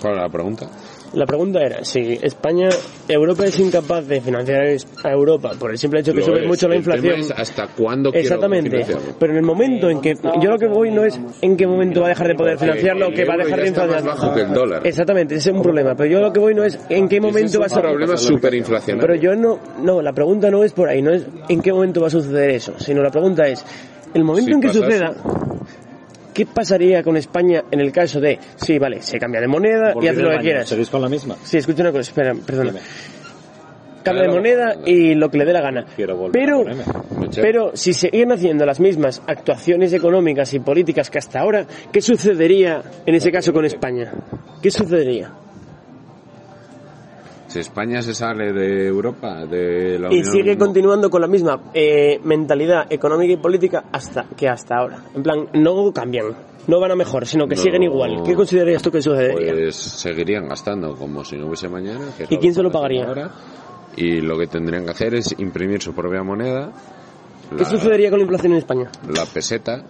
S1: ¿Cuál era la pregunta?
S3: La pregunta era si España, Europa es incapaz de financiar a Europa por el simple hecho que
S1: Lo
S3: sube
S1: es.
S3: mucho la
S1: El tema
S3: inflación.
S1: es ¿Hasta cuándo quiero
S3: Exactamente.
S1: financiarlo.
S3: Pero en el momento en que yo lo que voy no es en qué momento va a dejar de poder financiarlo o
S1: el
S3: que va a
S1: euro
S3: dejar de
S1: ya está más
S3: inflacionar.
S1: bajo que el dólar.
S3: Exactamente, ese es un problema. Pero yo lo que voy no es en qué momento va a
S1: Ah, es un
S3: ser.
S1: problema superinflacionario.
S3: Pero yo no, no, la pregunta no es por ahí, no es en qué momento va a suceder eso, sino la pregunta es, el momento
S1: Si
S3: en que
S1: pasase.
S3: suceda, ¿qué pasaría con España en el caso de, sí, vale, se cambia de moneda y
S2: Volver
S3: haz lo
S2: al
S3: que
S2: baño,
S3: quieras?
S2: ¿Seguís con la misma?
S3: Sí, escucha una cosa, espera, perdona.
S2: Dime.
S3: Cambia de
S1: Claro.
S3: moneda y lo que le dé la gana.
S2: Quiero volver a
S3: Pero,
S2: ponerme.
S1: Mucho.
S3: pero si seguían haciendo las mismas actuaciones económicas y políticas que hasta ahora, ¿qué sucedería en ese caso con España? ¿Qué sucedería?
S1: Si España se sale de Europa, de la
S3: Y
S1: Unión
S3: sigue continuando con la misma eh, mentalidad económica y política hasta que hasta ahora. En plan, no cambian, no van a mejor, sino que
S1: No.
S3: siguen igual. ¿Qué considerarías tú que sucedería?
S1: pues seguirían gastando como si no hubiese mañana. que es
S3: ¿Y quién
S1: que
S3: se lo
S1: están
S3: pagaría?
S1: haciendo ahora. y lo que tendrían que hacer es imprimir su propia moneda,
S3: ¿Qué
S1: la,
S3: sucedería con la inflación en España?
S1: la peseta,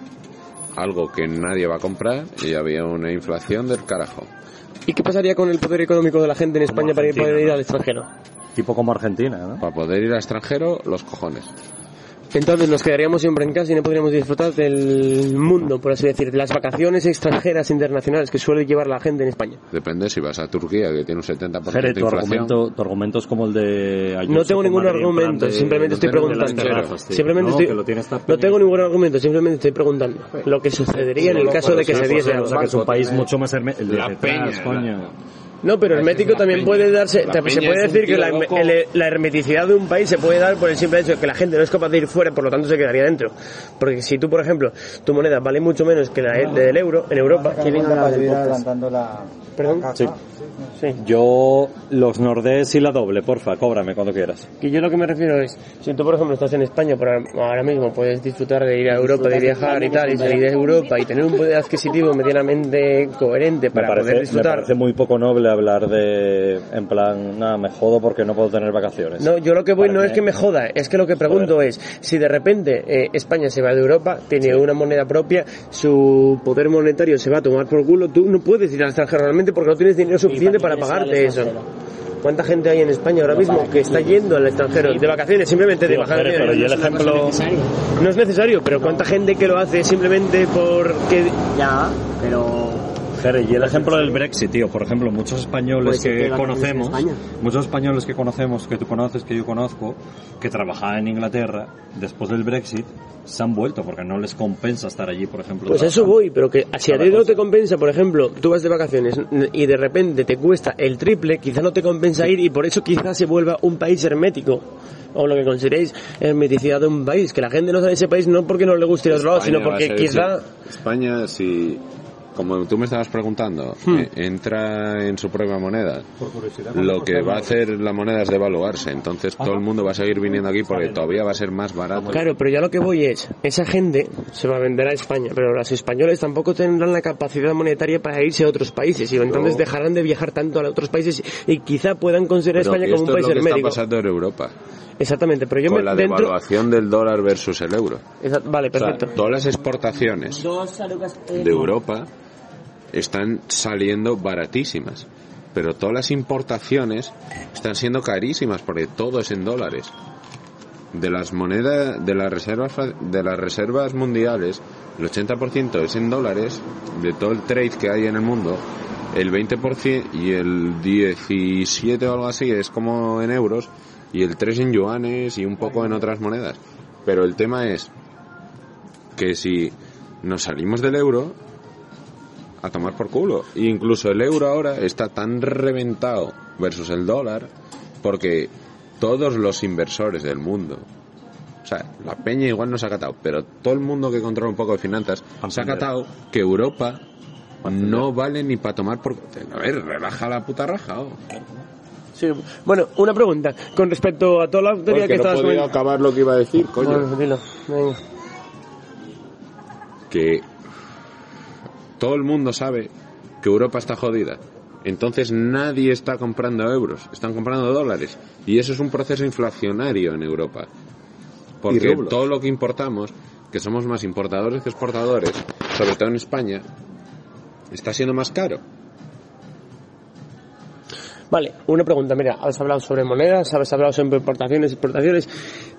S1: algo que nadie va a comprar y había una inflación del carajo.
S3: ¿Y qué pasaría con el poder económico de la gente en España para
S2: Argentina,
S3: poder ir
S2: ¿no?
S3: al extranjero?
S2: Tipo como Argentina, ¿no?
S1: Para poder ir al extranjero, los cojones.
S3: Entonces nos quedaríamos siempre en casa y no podríamos disfrutar del mundo, por así decir, de las vacaciones extranjeras internacionales que suele llevar la gente en España.
S1: Depende si vas a Turquía, que tiene un 70%
S2: Jere,
S1: de
S2: tu
S1: inflación.
S2: argumento, tu argumento es como el de Ayuso
S3: No tengo
S2: con
S3: ningún
S2: Madrid, en plan
S3: argumento,
S2: de-
S3: simplemente
S1: no
S3: estoy
S1: tengo ningún
S3: preguntando.
S1: argumento.
S2: Terrazas, tío.
S3: Simplemente
S2: No,
S3: estoy-
S2: que lo tienes tan
S3: no
S2: pequeño.
S3: tengo ningún argumento, simplemente estoy preguntando lo que sucedería en pues, el caso de que se diese
S2: O
S3: algo.
S2: sea, que es un país mucho más hermético. El de
S1: La
S2: detrás,
S1: peña,
S2: coño.
S3: No, pero hermético
S1: La
S3: también
S1: peña.
S3: puede darse,
S1: La
S3: te- se
S1: peña
S3: puede
S1: es un
S3: decir que
S1: tío
S3: la,
S1: loco.
S3: el- la hermeticidad de un país se puede dar por el simple hecho de que la gente no es capaz de ir fuera, por lo tanto se quedaría dentro. Porque si tú, por ejemplo, tu moneda vale mucho menos que la
S2: Ah.
S3: del euro en Europa, Perdón.
S2: Sí.
S3: Sí.
S2: Yo, los nordés y la doble, porfa, cóbrame cuando quieras.
S3: Que yo lo que me refiero es, si tú por ejemplo estás en España por ahora- ahora mismo, puedes disfrutar de ir a Europa, de viajar y tal, y salir de Europa y tener un poder adquisitivo medianamente coherente
S2: Me
S3: para poder
S2: parece, me
S3: disfrutar.
S2: parece muy poco noble de hablar de, en plan, nada, me jodo porque no puedo tener vacaciones.
S3: No, yo lo que voy
S2: Para
S3: no
S2: mí,
S3: es que me joda, es que lo que pregunto es, si de repente eh, España se va de Europa, tiene una moneda propia, su poder monetario se va a tomar por culo, tú no puedes ir al extranjero realmente porque no tienes dinero suficiente para
S4: quieres ir al
S3: pagarte eso. ¿Cuánta gente hay en España ahora mismo que está yendo al extranjero de vacaciones simplemente de
S2: Digo,
S3: vacaciones?
S2: joder, pero yo el
S3: No es una cosa
S2: ejemplo-
S3: necesaria. No es necesario, pero ¿cuánta gente que lo hace simplemente porque...
S4: Ya, pero.
S2: Jere, y el ejemplo del Brexit, tío, por ejemplo, muchos españoles
S4: Pues sí,
S2: que
S4: que la
S2: conocemos,
S4: tenemos en
S2: muchos españoles que conocemos, que tú conoces, que yo conozco, que trabajaban en Inglaterra, después del Brexit, se han vuelto porque no les compensa estar allí, por ejemplo.
S3: Pues a eso
S2: trabajando.
S3: voy, pero que si a
S2: Cada
S3: ti no
S2: cosa.
S3: te compensa, por ejemplo, tú vas de vacaciones n- y de repente te cuesta el triple, quizá no te compensa ir y por eso quizá se vuelva un país hermético. O lo que consideréis hermeticidad de un país, que la gente no sale de ese país no porque no le guste el otro lado, sino
S1: España va a
S3: porque
S1: ser
S3: quizá...
S1: ese- España, si. Como tú me estabas preguntando,
S3: Hmm.
S1: eh, entra en su propia moneda. Lo que va a hacer la moneda es devaluarse. Entonces todo el mundo va a seguir viniendo aquí porque todavía va a ser más barato.
S3: Claro, pero ya lo que voy es, esa gente se va a vender a España, pero los españoles tampoco tendrán la capacidad monetaria para irse a otros países y entonces dejarán de viajar tanto a otros países y quizá puedan considerar
S1: Pero
S3: España
S1: que
S3: como un
S1: esto es
S3: país
S1: lo que está
S3: hermético.
S1: pasando en Europa.
S3: Exactamente, pero yo
S1: Con
S3: me
S1: la
S3: dentro...
S1: devaluación del dólar versus el euro.
S3: Exact- Vale,
S1: O sea,
S3: perfecto.
S1: todas las exportaciones
S4: Dos alugas. eh,
S1: de Europa están saliendo baratísimas, pero todas las importaciones están siendo carísimas porque todo es en dólares. De las monedas, de las reservas, fa- de las reservas mundiales, el 80% es en dólares, de todo el trade que hay en el mundo, el 20% y el 17 o algo así es como en euros y el 3 en yuanes y un poco en otras monedas. Pero el tema es que si nos salimos del euro, a tomar por culo. E incluso el euro ahora está tan reventado versus el dólar porque todos los inversores del mundo, o sea, la peña igual no se ha catado, pero todo el mundo que controla un poco de finanzas se ha catado que Europa no vale ni para tomar por... A ver, relaja la puta raja. oh. o.
S3: Sí. Bueno, una pregunta con respecto a toda la teoría
S1: Porque no
S3: que estabas
S1: podía
S3: comentando.
S1: acabar lo que iba a decir, coño.
S3: Bueno, dilo, venga.
S1: que todo el mundo sabe que Europa está jodida. Entonces nadie está comprando euros, están comprando dólares. Y eso es un proceso inflacionario en Europa. Porque todo lo que importamos, que somos más importadores que exportadores, sobre todo en España, está siendo más caro.
S3: Vale, una pregunta, mira, has hablado sobre monedas, has hablado sobre importaciones, exportaciones.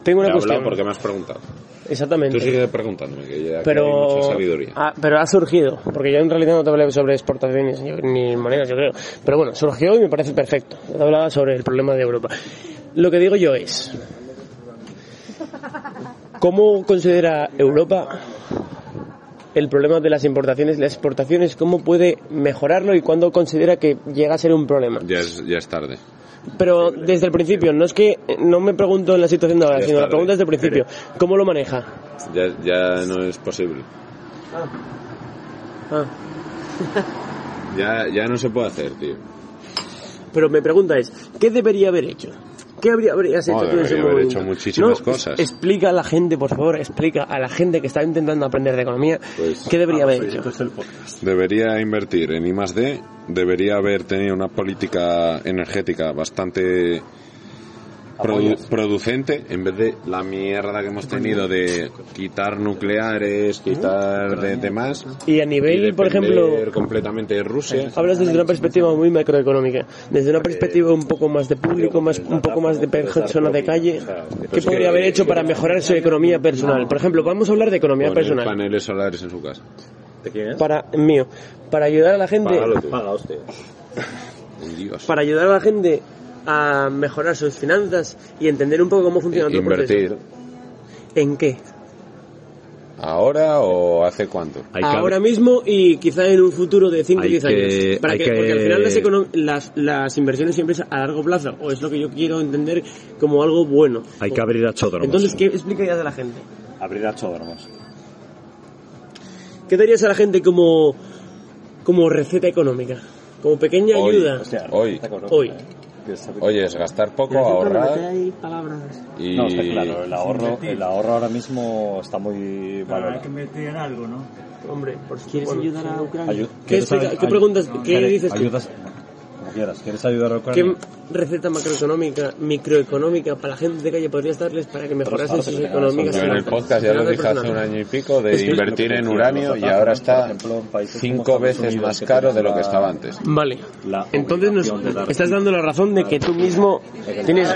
S3: Tengo una
S1: Te he hablado
S3: cuestión.
S1: porque me has preguntado. Tú
S3: Exactamente.
S1: sigue preguntándome, que ya aquí hay
S3: pero
S1: mucha sabiduría.
S3: Ah, pero ha surgido porque yo en realidad no te hablé sobre exportaciones ni- ni monedas yo creo pero bueno surgió y me parece perfecto Yo te hablaba sobre el problema de Europa lo que digo yo es cómo considera Europa el problema de las importaciones las exportaciones cómo puede mejorarlo y cuándo considera que llega a ser un problema
S1: Ya es, ya es tarde.
S3: pero desde el principio no es que no me pregunto en la situación de ahora
S1: Ya
S3: sino la
S1: está,
S3: pregunta desde el principio cómo lo maneja
S1: Ya, ya no es posible.
S3: Ah.
S1: Ya, ya no se puede hacer, tío.
S3: Pero mi pregunta es, ¿qué debería haber hecho? ¿Qué habría, habrías hecho
S1: Oh,
S3: tú en ese
S1: debería haber
S3: momento?
S1: hecho muchísimas
S3: No,
S1: cosas.
S3: Explica a la gente, por favor, explica a la gente que está intentando aprender de economía,
S1: Pues-
S3: ¿qué debería haber hecho?
S1: Debería invertir en I más D, debería haber tenido una política energética bastante produ- producente en vez de la mierda que hemos tenido de quitar nucleares, quitar de demás.
S3: Y a nivel,
S1: y
S3: por
S1: depender
S3: ejemplo,
S1: completamente de Rusia.
S3: hablas desde una perspectiva muy macroeconómica,
S1: Eh,
S3: desde una perspectiva un poco más de público, más un poco más de persona de calle, ¿qué podría haber hecho para mejorar su economía personal? Por ejemplo, vamos a hablar de economía
S1: Poner
S3: personal,
S1: paneles solares en su casa.
S3: para mío, para ayudar a la gente
S1: Págalo tú. Un Dios.
S3: para ayudar a la gente a mejorar sus finanzas y entender un poco cómo funciona todo el proceso.
S1: Invertir.
S3: ¿En qué?
S1: ¿Ahora o hace cuánto?
S9: Hay que-
S3: Ahora mismo y quizá en un futuro de 5 o
S9: Hay
S3: 10
S9: que-
S3: años. Para
S9: hay
S3: que,
S9: que-
S3: Porque al final las, econo- las, las inversiones siempre es a largo plazo, o es lo que yo quiero entender como algo bueno.
S9: Hay que abrir achódromos.
S3: Entonces, ¿qué explicarías a la gente?
S2: Abrir achódromos.
S3: ¿Qué darías a la gente como, como receta económica? Como pequeña
S1: Hoy,
S3: ayuda
S1: Hoy.
S3: hoy.
S1: Oye, es gastar poco, ahorrar
S4: Hay palabras.
S1: y...
S2: No, está claro, el ahorro, el ahorro ahora mismo está muy valorado.
S5: invertir en algo, ¿no?
S3: Hombre, por si
S4: ¿Quieres ayudar a Ucrania?
S2: Ayu-
S3: ¿Qué,
S2: ¿Quieres saber-
S3: explica- qué
S2: ayu-
S3: preguntas, qué
S2: Jere,
S3: dices tú?
S2: ayudas-
S10: Como quieras. ¿Quieres ayudar a
S3: ¿Qué
S10: Ucrania?
S3: receta macroeconómica, microeconómica para la gente de calle podrías darles para que mejorasen
S10: partes,
S3: sus
S10: que nada,
S3: económicas?
S10: sobre
S1: Pues en el podcast ya lo dije hace un año y pico de
S10: Es que es lo que
S1: invertir
S10: te
S1: en
S10: decía,
S1: uranio
S10: los
S1: y
S10: ataques,
S1: ahora
S10: por
S1: está
S10: ejemplo, en países como
S1: cinco
S10: Estados
S1: veces
S10: Unidos,
S1: más
S10: que
S1: caro
S10: tienen
S1: de lo que
S10: la-
S1: estaba antes.
S3: Vale.
S10: La
S3: Entonces nos
S10: obligación de dar-
S3: estás dando la razón de que tú mismo tienes,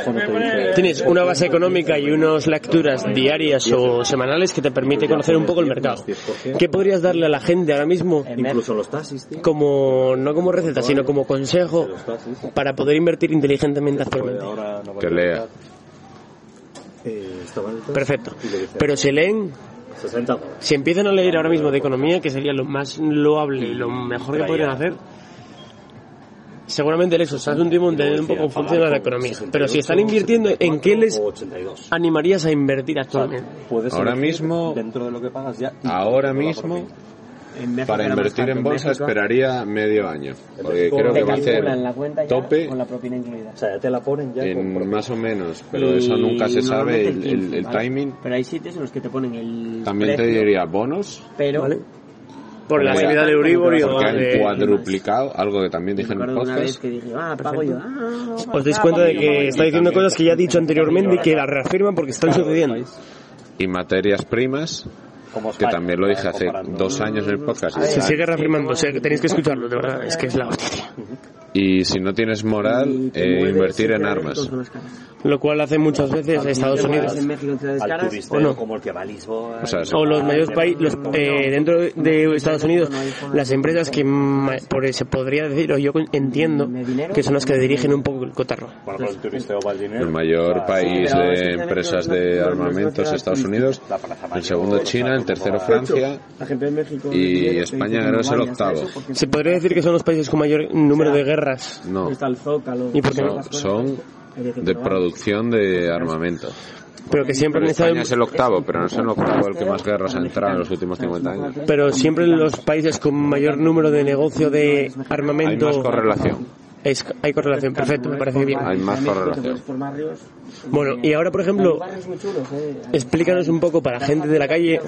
S3: tienes una base económica y unas lecturas diarias o semanales que te permite conocer un poco el mercado. ¿Qué podrías darle a la gente ahora mismo
S2: Incluso los taxis, tío.
S3: como no como receta, sino como consejo
S2: Los taxis. Pues
S3: para poder invertir inteligentemente actualmente?
S2: Ahora no va
S1: Que lea.
S2: eh, estaban entonces
S3: Perfecto. Pero si leen,
S2: 60 dólares.
S3: si empiezan a leer ahora mismo de economía, que sería lo más loable y lo mejor que podrían hacer, seguramente eso, se hace un tiempo entender un poco cómo funciona la economía. Pero si están invirtiendo, ¿en qué les
S2: 82.
S3: animarías a invertir actualmente?
S2: Puedes
S1: Ahora
S2: elegir
S1: mismo-
S2: dentro de lo que pagas ya
S1: Ahora
S2: Toda la
S1: mismo,
S2: propina.
S4: En México
S1: para
S4: era más
S1: invertir
S4: alto,
S1: en bolsa
S4: México
S1: esperaría medio año. Porque
S2: México
S1: creo
S2: te
S1: que va a
S4: calculan
S1: hacer
S4: la cuenta ya
S1: tope
S4: con la propina incluida.
S2: O sea, ya te la ponen ya con
S1: en
S2: propina.
S1: más o menos, pero eso
S4: Y
S1: nunca se sabe
S4: normalmente
S1: el, el-
S4: 15,
S1: el
S4: ¿vale?
S1: timing.
S4: Pero hay sitios en los que te ponen el
S1: También te
S4: precio,
S1: diría bonos,
S4: pero
S3: ¿Vale? Por la
S1: Porque-
S3: subida del Euribor y o
S1: porque han
S3: de-
S1: cuadruplicado, algo que también dije en el
S4: recuerdo una vez
S1: podcast.
S4: que dije, ah, pago yo. ah,
S3: Os dais cuenta de que está diciendo cosas que ya he dicho anteriormente y que las reafirman porque están sucediendo.
S1: Y materias primas,
S2: como
S1: que
S2: España,
S1: también lo dije hace
S2: comparando.
S1: dos años en el podcast.
S3: Se
S1: Está-
S3: sigue reafirmando, o sea, que tenéis que escucharlo, de verdad, es que es la hostia. tío.
S1: Y si no tienes moral,
S4: y te
S1: eh,
S4: mueves
S1: invertir
S4: siempre
S1: en
S4: a
S1: armas.
S4: todos los caras.
S3: Lo cual hace muchas veces Estados
S4: Te mueves
S3: Unidos.
S4: en México en ciudades
S2: al
S4: caras,
S2: turista
S3: ¿o no?
S2: como el eh, que va a Lisboa
S1: O sea, eso-
S3: o los mayores países eh, dentro de Estados Unidos las empresas que ma- por se podría decir o yo con- entiendo que son las que dirigen un poco el cotarro
S2: bueno, con el turista va el dinero
S1: El mayor
S2: Ah,
S1: país
S4: pero es que
S1: de
S4: también
S1: empresas
S4: no- no-
S1: de
S4: no- no
S1: armamentos,
S4: será
S1: Estados
S4: turística.
S1: Unidos.
S2: La Plaza Mayor,
S1: El segundo
S2: o sea,
S1: China, el
S2: como
S1: tercero
S2: va-
S1: Francia.
S4: La gente de México.
S1: Y
S4: te dice
S1: España
S4: que
S1: creo es el
S4: vayas a
S1: octavo.
S4: eso porque
S3: se podría decir que son los países con mayor número de guerras
S1: No,
S4: Está el Zócalo.
S3: ¿Y por qué
S4: son
S3: no?
S4: las cosas
S1: son
S4: que te
S1: de
S4: probar.
S1: producción de armamento.
S3: pero que siempre
S1: Pero
S3: han estado
S1: España es el octavo, pero no es el octavo el que más guerras ha entrado en los últimos 50 años.
S3: pero siempre los países con mayor número de negocio de
S1: Hay
S3: armamento
S1: más correlación.
S3: es- hay correlación perfecto me parece bien
S1: Hay más
S4: En México te
S1: correlación.
S4: puedes formar ríos. eh,
S3: bueno y ahora por ejemplo
S4: Barrios muy chulos, eh.
S3: explícanos un poco para la gente de la calle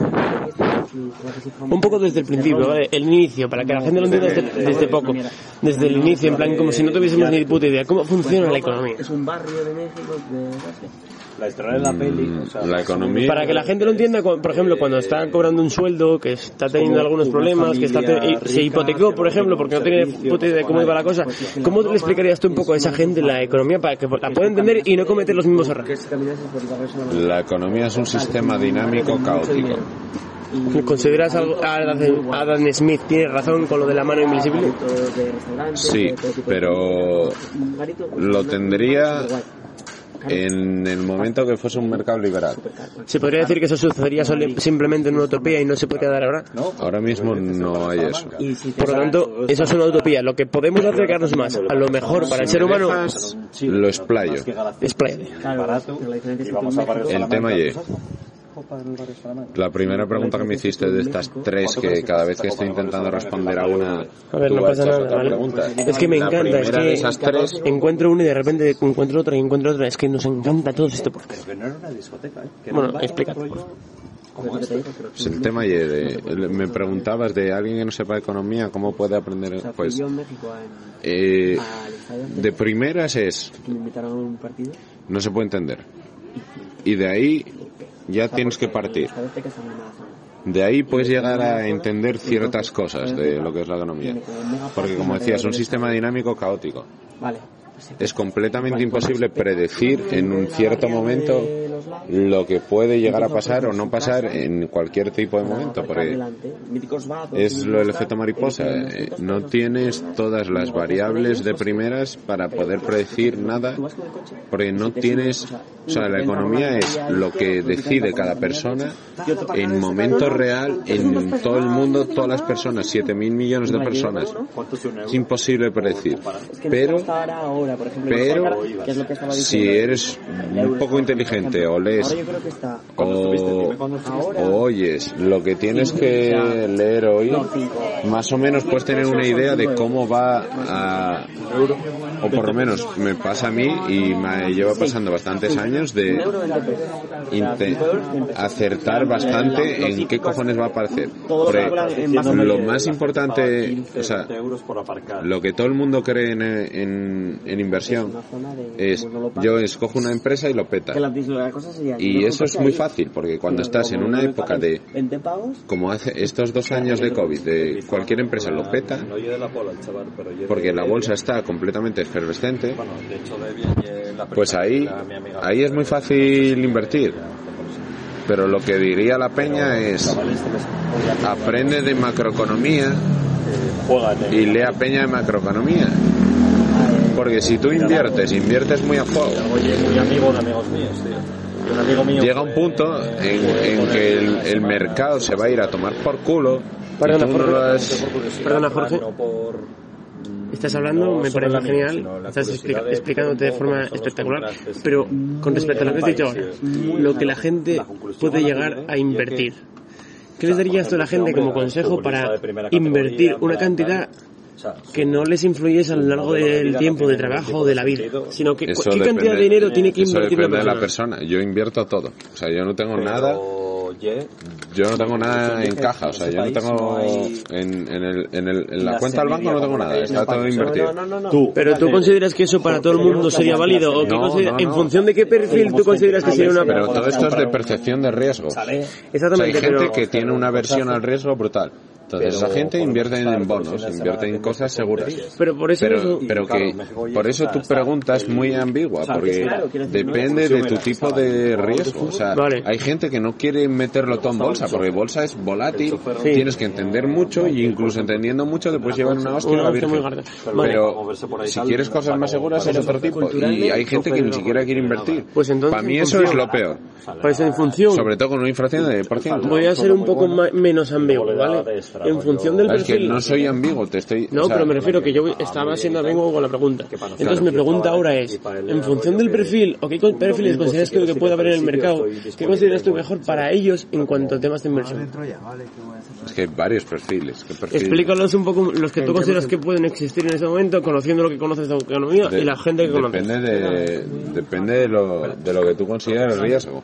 S3: un poco desde el principio,
S4: pues
S3: ¿vale? el inicio, para que la gente lo entienda desde, desde poco, desde el inicio, en plan como si no tuviésemos ni puta idea, cómo funciona la economía.
S4: Es un barrio de México de... no sé.
S2: la historia de la peli o sea,
S1: Mm, La economía.
S3: Para que la gente lo entienda, cu- por ejemplo, cuando está cobrando un sueldo, que está teniendo algunos problemas, que está te- y se hipotecó, por ejemplo, porque no tenía ni puta idea de cómo iba la cosa, ¿cómo le explicarías tú un poco a esa gente la economía para que la pueda Pues entender y no cometer los mismos errores?
S4: Si caminases por el barrio es una maravilla.
S1: La economía es un sistema dinámico caótico.
S3: ¿Consideras algo a Adam a Adam Smith tiene razón con lo de la mano invisible?
S4: De restaurantes,
S1: Sí,
S4: de todo tipo de
S1: pero
S4: Un garito, pues,
S1: lo
S4: una-
S1: tendría
S4: una-
S1: en el momento que fuese un mercado liberal.
S4: pues,
S3: ¿Se podría decir que eso sucedería solo- simplemente en una utopía y no se podría dar ahora?
S1: Ahora
S2: Pues
S1: mismo no hay eso.
S4: Y si te
S3: Por lo tanto, eso es una utopía. Lo que podemos acercarnos más, a lo mejor para el ser humano,
S2: Pues
S1: Dejas, Lo explayo.
S3: es playa.
S4: Claro,
S2: barato
S4: pero la diferencia es
S2: y
S4: que
S2: vamos
S4: tú en
S2: a barrios
S4: México-
S1: El tema
S2: Salamanca.
S1: y-
S2: ¿Sabes? Copa del barrio Salamanca.
S1: La
S4: Pues,
S1: primera pregunta que me hiciste de estas tres que cada vez que estoy intentando responder a una,
S3: A ver,
S1: tú
S3: no
S1: has
S3: pasa
S1: hecho
S3: nada,
S1: otra
S3: ¿vale?
S1: pregunta.
S3: Es que me
S1: La
S3: encanta, es
S1: primera de
S3: que
S1: esas tres
S3: encuentro una y de repente encuentro otra y encuentro otra. Es que nos encanta todo este esto.
S2: Pero que no era una discoteca, ¿eh? Que
S3: Bueno,
S2: era un barrio
S3: explícate,
S2: rollo como este.
S1: Pues el tema y de-
S4: pues,
S1: el- me preguntabas de alguien que no sepa economía, ¿cómo puede aprender?
S4: O sea, fui
S1: Pues
S4: yo Ah, en México en-
S1: eh,
S4: al estadio
S1: de primeras es,
S4: que me invitaron a un partido.
S1: no se puede entender. Y de ahí ya tienes que partir.
S4: El estadio Azteca está muy mal.
S1: De ahí puedes llegar a entender ciertas cosas de lo que es la economía. Porque como decías, es un sistema dinámico caótico.
S4: Vale. pues,
S1: Es completamente imposible predecir en un cierto momento lo que puede llegar a pasar o no pasar en cualquier tipo de momento. Porque
S4: Míticos vados,
S1: es lo el
S4: míticos
S1: efecto
S4: tal,
S1: mariposa.
S4: eh,
S1: eh,
S4: los
S1: No
S4: otros,
S1: tienes
S4: los otros,
S1: todas las
S4: como vas con
S1: variables
S4: ellos,
S1: de
S4: pues,
S1: primeras para poder predecir nada
S4: tú vas con el coche,
S1: porque no
S4: si te
S1: tienes...
S4: subes,
S1: O sea, la
S4: una
S1: economía
S4: normal,
S1: es
S4: ya
S1: lo que
S4: izquierda,
S1: decide
S4: porque
S1: cada
S4: te vas con la
S1: persona
S4: derecha, yo te-
S1: en momento real, en todo el mundo, todas las personas, 7.000 millones de personas.
S2: ¿Cuánto es un euro?
S1: Es imposible predecir.
S4: Es que no
S1: Pero
S4: estaba ahora, por ejemplo,
S1: pero
S4: que es lo que estaba
S1: si
S4: diciendo.
S1: eres un poco inteligente que o lees
S4: Ahora yo creo que está.
S2: ¿Cuándo estuviste?
S1: o,
S2: Dime cuándo estuviste.
S1: o oyes lo que tienes que leer hoy, más o menos puedes tener una idea de cómo va a... O por lo menos me pasa a mí y me lleva pasando bastantes años de
S4: Un euro veinte pesos.
S1: inte- acertar bastante en qué cojones va a aparecer. Porque lo más importante, o sea,
S2: euros por aparcar.
S1: lo que todo el mundo cree en, en, en inversión es yo escojo una empresa y lo peta.
S4: Que la, la cosa sería. yo
S1: Y
S4: lo
S1: eso es
S4: compré
S1: muy
S4: ahí,
S1: fácil, porque cuando
S4: pero
S1: estás
S4: como
S1: en una
S4: me
S1: época
S4: pagan
S1: de,
S4: 20 pagos.
S1: como hace estos dos años de COVID, de cualquier empresa lo peta,
S2: No lleve la bola, el chaval, pero lleve-
S1: porque la bolsa está completamente efervescente,
S2: Bueno, de hecho, de bien, eh, la
S1: pues
S2: prima,
S1: ahí,
S2: la- mi amiga-
S1: ahí es muy fácil invertir. Pero lo que diría la peña es,
S2: Chavales, este mes-
S1: aprende de macroeconomía
S2: Juégate.
S1: y lea peña de macroeconomía. Porque si tú inviertes, inviertes muy a fuego,
S2: Oye, muy amigo de amigos míos, tío. Y un amigo mío
S1: llega un
S2: fue-
S1: punto en, en que el, el mercado se va a ir a tomar por culo. y
S3: Perdona,
S1: tú no
S3: Jorge.
S1: lo has-
S2: por curiosidad,
S3: Perdona,
S2: Fran,
S3: Jorge.
S2: no por-
S3: Estás hablando,
S2: no
S3: me
S2: sobre
S3: parece
S2: la mía,
S3: genial,
S2: sino la
S3: estás
S2: curiosidad
S3: explica-
S2: de
S3: explicándote de
S2: cómo
S3: forma
S2: son los
S3: espectacular,
S2: contrastes.
S3: pero con respecto a lo que has dicho
S2: país,
S3: ahora,
S2: sí.
S3: lo que la gente
S2: La conclusión
S3: puede
S2: a la
S3: llegar
S2: que
S3: a
S2: llegué
S3: invertir.
S2: es
S3: ¿Qué les
S2: sea,
S3: darías tú a la
S2: por ejemplo,
S3: gente como
S2: hombre,
S3: consejo
S2: futbolista
S3: para
S2: de primera categoría,
S3: invertir una
S2: para
S3: cantidad
S2: tal. O sea,
S3: que no les influyese a lo largo
S2: modelo de vida
S3: del
S2: no
S3: tiempo
S2: tiene
S3: de
S2: ningún
S3: trabajo
S2: tipo
S3: o
S2: de
S3: de la vida,
S2: sentido.
S3: sino que cu-
S1: Eso
S3: qué cantidad
S1: depende-
S3: de dinero tiene que
S1: Eso
S3: invertir
S1: depende
S3: una
S1: de la
S3: persona.
S1: persona. Yo invierto todo. O sea, yo no tengo
S2: pero,
S1: nada,
S2: ye,
S1: yo no tengo nada
S2: Entonces,
S1: en caja. O sea, yo no
S2: este
S1: tengo
S2: país
S1: en, en, el- en el- en la
S2: la
S1: cuenta del banco no
S2: semilla,
S1: tengo
S2: como
S1: nada.
S2: que
S1: Está
S2: no
S1: todo
S2: pasa.
S1: invertido.
S2: Tú,
S3: Pero tú
S2: fíjate,
S3: consideras que eso para todo el mundo sería válido o qué
S1: No,
S3: considera-
S1: no,
S3: en
S1: no.
S3: función de qué perfil tú consideras que sería una
S1: Pero todo esto es de
S2: comprar un-
S1: percepción de riesgo.
S2: sale,
S1: O sea, hay
S3: Exactamente,
S1: gente
S3: pero
S1: que tiene una versión
S2: cortazo.
S1: al riesgo brutal. Entonces,
S2: Pero
S1: esa gente
S2: por
S1: invierte
S2: estar
S1: en
S2: por los
S1: bonos,
S2: fines de
S1: invierte
S2: semana
S1: en cosas
S2: haciendo
S1: seguras.
S2: tonterías.
S3: pero por eso
S1: Pero,
S3: no-
S2: y
S1: pero
S2: claro,
S1: que
S2: México ya
S1: por eso
S2: está-
S1: tu
S2: está-
S1: pregunta es
S2: el-
S1: muy ambigua,
S2: o sea,
S1: porque
S4: claro, quiero decir, no es
S1: depende de tu
S2: consumera,
S1: tipo
S2: estaba
S1: de
S2: en el
S1: riesgo. O sea,
S3: Vale.
S1: hay gente que no quiere meterlo todo en bolsa, porque bolsa es volátil, tienes que entender mucho y incluso entendiendo mucho te puedes llevar una hostia a
S3: Una
S1: la
S3: hostia muy
S1: virgen.
S3: gorda. Vale.
S2: Para
S1: Pero
S2: moverse por ahí
S1: si
S2: tal,
S1: quieres cosas
S2: para
S1: más seguras es
S2: moverse
S1: otro tipo y
S3: culturalmente,
S1: hay gente que ni siquiera quiere invertir.
S3: Pues entonces,
S1: Para mí eso es
S3: funciona.
S1: lo peor,
S3: Por eso en función
S1: sobre todo con una inflación de por ciento.
S3: voy a ser un poco ma- menos ambiguo,
S2: Luego le daba de
S3: ¿vale?
S2: extra,
S3: En
S2: coño.
S3: función del
S1: Es que
S3: perfil.
S1: no soy ambiguo, te estoy.
S3: No,
S1: o sea,
S3: pero me refiero que yo estaba siendo ambiguo con la pregunta. Entonces mi pregunta ahora es, en función del perfil o qué co- perfiles consideras tú que puede haber en el mercado, ¿qué consideras tú mejor para ellos en cuanto a temas de inversión?
S1: Es que hay varios perfiles. ¿qué perfil?
S3: Explícalos un poco los que tú consideras que pueden existir en este momento, conociendo lo que conoces de economía
S1: De-
S3: y la gente que conoces.
S1: depende de depende de lo, de lo que tú consideres riesgo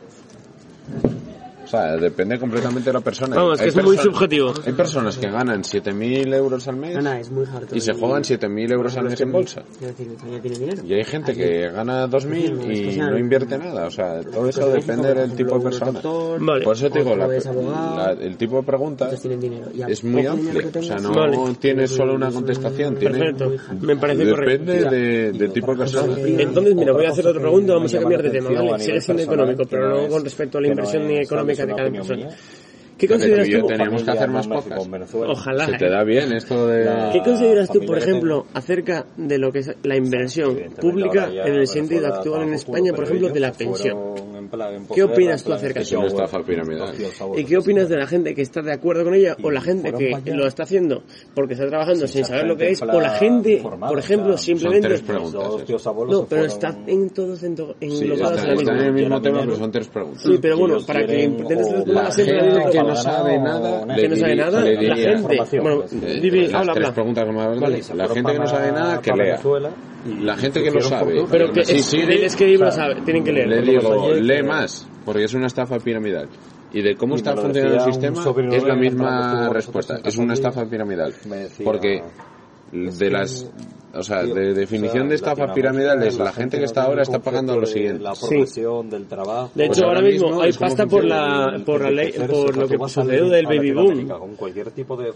S1: o sea depende completamente de la persona
S3: Vamos, que
S1: Hay
S3: es muy
S1: perso-
S3: subjetivo.
S1: hay personas que ganan 7.000 euros al mes
S4: Ana, es muy harto.
S1: y se juegan 7.000 euros al mes en bolsa
S4: Quiero decir, España tiene dinero.
S1: y hay gente que gana 2.000 y no invierte nada o sea todo eso depende del tipo de persona
S3: Vale.
S1: por eso te digo la-
S4: Otro es abogado.
S1: la- el tipo de pregunta
S4: Entonces tienen dinero. Y a
S1: es muy
S4: poco dinero
S1: amplio
S4: que
S1: o sea
S4: tengas,
S1: no
S3: Vale.
S1: tienes solo una contestación tiene-
S3: Perfecto, me parece correcto.
S1: depende de, del tipo de persona
S3: Entonces, mira, voy a hacer otra pregunta, vamos a
S2: eh, Llama la
S3: cambiar de tema,
S2: atención a
S3: ¿vale?
S2: nivel
S3: Sigue siendo
S2: personal,
S3: económico,
S2: que
S3: pero no
S2: es-
S3: con respecto a
S2: que
S3: la
S2: no
S3: inversión
S2: es-
S3: económica
S2: no
S3: de
S2: es
S3: cada
S2: una
S3: persona.
S2: opinión mía.
S3: ¿Qué
S1: Pero tú y
S3: consideras
S1: yo
S3: tú?
S1: teníamos que hacer más
S2: México,
S1: pocas.
S2: Venezuela.
S3: Ojalá.
S1: Se
S3: ¿eh?
S1: te da bien esto de...
S3: ¿Qué consideras tú,
S2: familia
S3: por
S2: que tengo.
S3: ejemplo, acerca de lo que es la inversión
S2: Evidentemente,
S3: pública
S2: ahora ya
S3: en el
S2: Venezuela
S3: sentido
S2: está
S3: actual en
S2: bajo
S3: España,
S2: culo,
S3: por
S2: pero
S3: ejemplo, de la
S2: ellos se
S3: pensión?
S2: fueron en plan- en
S3: ¿Qué opinas tú
S2: posguerra,
S3: acerca
S2: en plan
S3: de
S1: Es una
S2: Eisenhower,
S1: estafa piramidal.
S2: tío, favor,
S3: ¿Y qué opinas de la gente que está de acuerdo con ella o la
S2: Y
S3: gente
S2: fueron
S3: que
S2: para allá.
S3: lo está haciendo porque está trabajando
S2: Sí,
S3: sin
S2: esa
S3: saber lo que
S2: gente
S3: es
S2: en
S3: o la
S2: plan
S3: gente,
S2: formada,
S3: por
S2: o sea,
S3: ejemplo,
S2: son
S1: tres
S3: simplemente...
S1: preguntas.
S2: Los dos tíos abuelos
S3: No,
S2: se
S3: pero
S2: fueron-
S3: está en todos ento-
S1: Sí,
S3: englobados
S1: está,
S3: en la
S1: está
S3: misma.
S1: en el mismo tema,
S2: Quiero
S1: pero
S2: dinero.
S1: son tres preguntas.
S3: Sí, pero bueno,
S2: ellos
S3: para que
S2: quieren
S3: intentes
S2: o-
S3: responder a
S2: La
S3: la
S2: gente
S3: gente...
S2: que
S3: que
S2: no sabe nada,
S1: le
S3: que no sabe
S1: diri-
S3: nada,
S1: le
S3: la
S1: diría-
S3: gente...
S2: Información.
S3: Bueno,
S1: Eh,
S3: Divi,
S1: las
S3: habla,
S1: tres
S3: habla.
S1: preguntas más grandes.
S2: Vale, se
S1: la
S2: fueron
S1: gente que no
S2: para-
S1: sabe nada, que
S2: para
S1: lea.
S2: Venezuela y
S1: La gente que no
S2: hicieron
S1: sabe.
S2: fortuna.
S3: Pero que
S1: Sí,
S3: es,
S1: sí,
S3: diles que Divi lo sabe, tienen que leer.
S1: Le
S3: porque
S1: digo,
S2: ayer
S1: lee
S2: que-
S1: más, porque es una estafa piramidal. Y de cómo
S2: Y
S1: está
S2: me lo
S1: funcionando el
S2: decía un
S1: sistema
S2: sobrino
S1: es la
S2: de- cuando
S1: misma
S2: estuvo
S1: respuesta.
S2: nosotros en
S1: Es una
S2: Estados
S1: estafa piramidal.
S2: me decía,
S1: Porque
S2: es
S1: de
S2: que,
S1: las... O sea,
S2: tío,
S1: de
S2: o
S1: definición
S2: sea,
S1: de estafa
S2: Latinoamérica,
S1: piramidal es la gente que
S2: no
S1: está
S2: tiene
S1: ahora está
S2: concepto
S1: pagando lo
S2: de
S1: siguiente.
S2: La profesión, del trabajo.
S3: De hecho,
S1: Pues
S3: ahora
S1: ahora
S3: mismo
S1: mismo
S3: hay
S1: es como
S3: pasta por
S1: funciona
S3: la por la ley por lo que
S2: pasó
S3: sucedió del baby boom,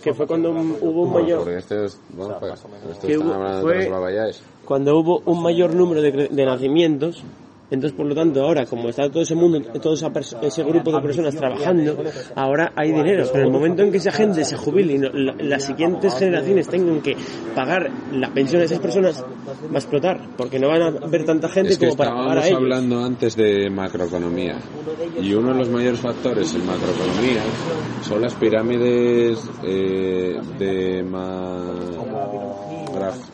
S3: que fue cuando hubo un
S1: Bueno,
S3: mayor
S1: porque este es- bueno,
S2: O sea,
S1: pues,
S2: más o menos.
S1: este
S3: Que
S1: están
S3: hubo-
S1: hablando de
S3: fue-
S1: los babayáes.
S3: cuando hubo un mayor número de, cre- de nacimientos. Entonces, por lo tanto, ahora como está todo ese mundo, todo esa pers- ese grupo de personas trabajando, ahora hay dinero. Pero en el momento en que esa gente se jubile y no- la- las siguientes generaciones tengan que pagar la pensión de esas personas, va a explotar, porque no van a haber tanta gente
S1: Es que
S3: como para pagar a
S1: estábamos
S3: ellos.
S1: hablando antes de macroeconomía y uno de los mayores factores en macroeconomía son las pirámides eh, de ma... graf-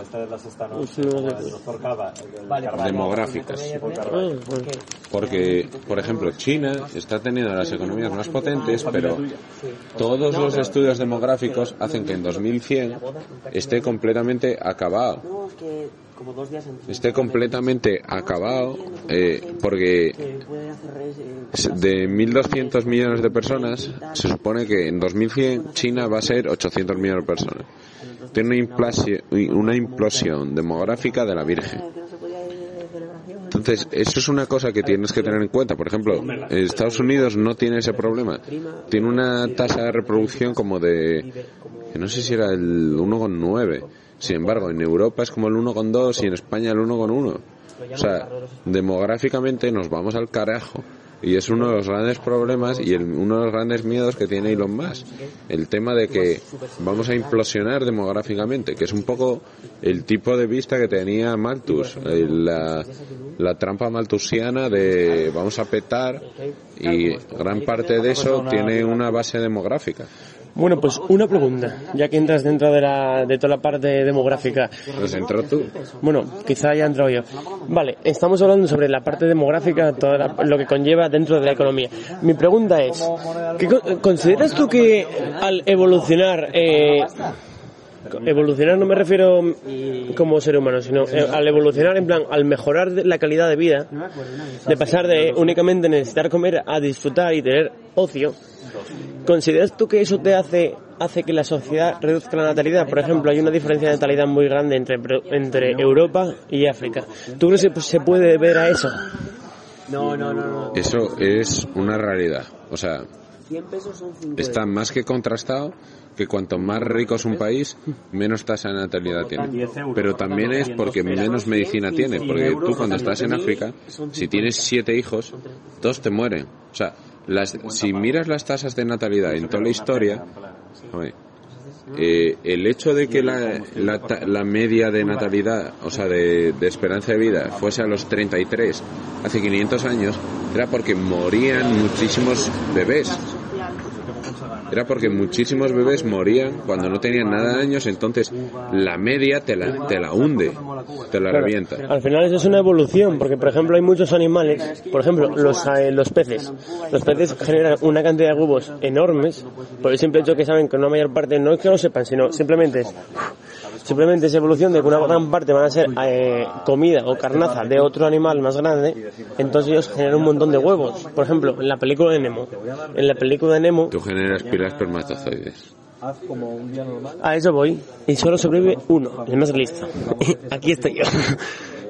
S2: ustedes las están
S7: Uy, sí, no sé.
S2: el doctor Cava, el del Carvalho.
S1: demográficas.
S7: Ah, bueno.
S1: Porque, por ejemplo, China está teniendo las economías más potentes, pero todos los estudios demográficos hacen que en 2100 esté completamente acabado.
S4: No, es que como dos días antes.
S1: Esté completamente acabado eh, porque
S4: Que puede hacer res- eh,
S1: se- de 1.200 millones de personas, se supone que en 2100 China va a ser 800 millones de personas. Tiene una, implasi- una implosión demográfica de la Virgen.
S4: que no se podía ir de celebración.
S1: Entonces, eso es una cosa que tienes que tener en cuenta. Por ejemplo, Estados Unidos no tiene ese problema. Tiene una tasa de reproducción como de... que No sé si era el 1,9. Sin embargo, en Europa es como el 1,2 y en España el 1,1. O sea, demográficamente nos vamos al carajo. Y es uno de los grandes problemas y el- uno de los grandes miedos que tiene Elon Musk. El tema de que vamos a implosionar demográficamente, que es un poco el tipo de vista que tenía Malthus, eh, la, la trampa malthusiana de vamos a petar y gran parte de eso tiene una base demográfica.
S3: Bueno, pues una pregunta, ya que entras dentro de, la, de toda la parte demográfica.
S1: Entonces entró tú.
S3: Bueno, quizá haya entrado yo. Vale, estamos hablando sobre la parte demográfica, todo lo que conlleva dentro de la economía. Mi pregunta es, ¿qué con- ¿consideras tú que al evolucionar... eh, Evolucionar no me refiero como ser humano, sino eh, al evolucionar en plan, al mejorar de- la calidad de vida, de pasar de únicamente necesitar comer a disfrutar y tener ocio, ¿Consideras tú que eso te hace hace que la sociedad reduzca la natalidad? Por ejemplo, hay una diferencia de natalidad muy grande entre entre Europa y África. ¿Tú crees que se puede ver a eso?
S4: No, no, no, no.
S1: Eso es una realidad. O sea,
S4: 100 pesos son 5
S1: está más que contrastado que cuanto más rico es un país, menos tasa de natalidad tiene. Pero también es porque menos medicina tiene, porque tú cuando estás en África, si tienes siete hijos, dos te mueren. O sea, las, si miras las tasas de natalidad en toda la historia, joder, eh, el hecho de que la, la, ta- la media de natalidad, o sea, de, de esperanza de vida, fuese a los 33 hace 500 años, era porque morían muchísimos bebés. Era porque muchísimos bebés morían cuando no tenían nada de años, entonces la media te la, te la hunde, te la revienta.
S3: Al final eso es una evolución, porque por ejemplo hay muchos animales, por ejemplo los, eh, los peces. Los peces generan una cantidad de huevos enormes por el simple hecho que saben que una mayor parte no es que no sepan, sino simplemente es simplemente es evolución de que una gran parte van a ser eh, comida o carnaza de otro animal más grande, entonces ellos generan un montón de huevos. Por ejemplo, en la película de Nemo, en la película de Nemo
S1: Tú generas pilas espermatozoides.
S8: Haz como un día normal.
S3: a eso voy y solo sobrevive uno, el más listo. [laughs] Aquí estoy yo. [laughs]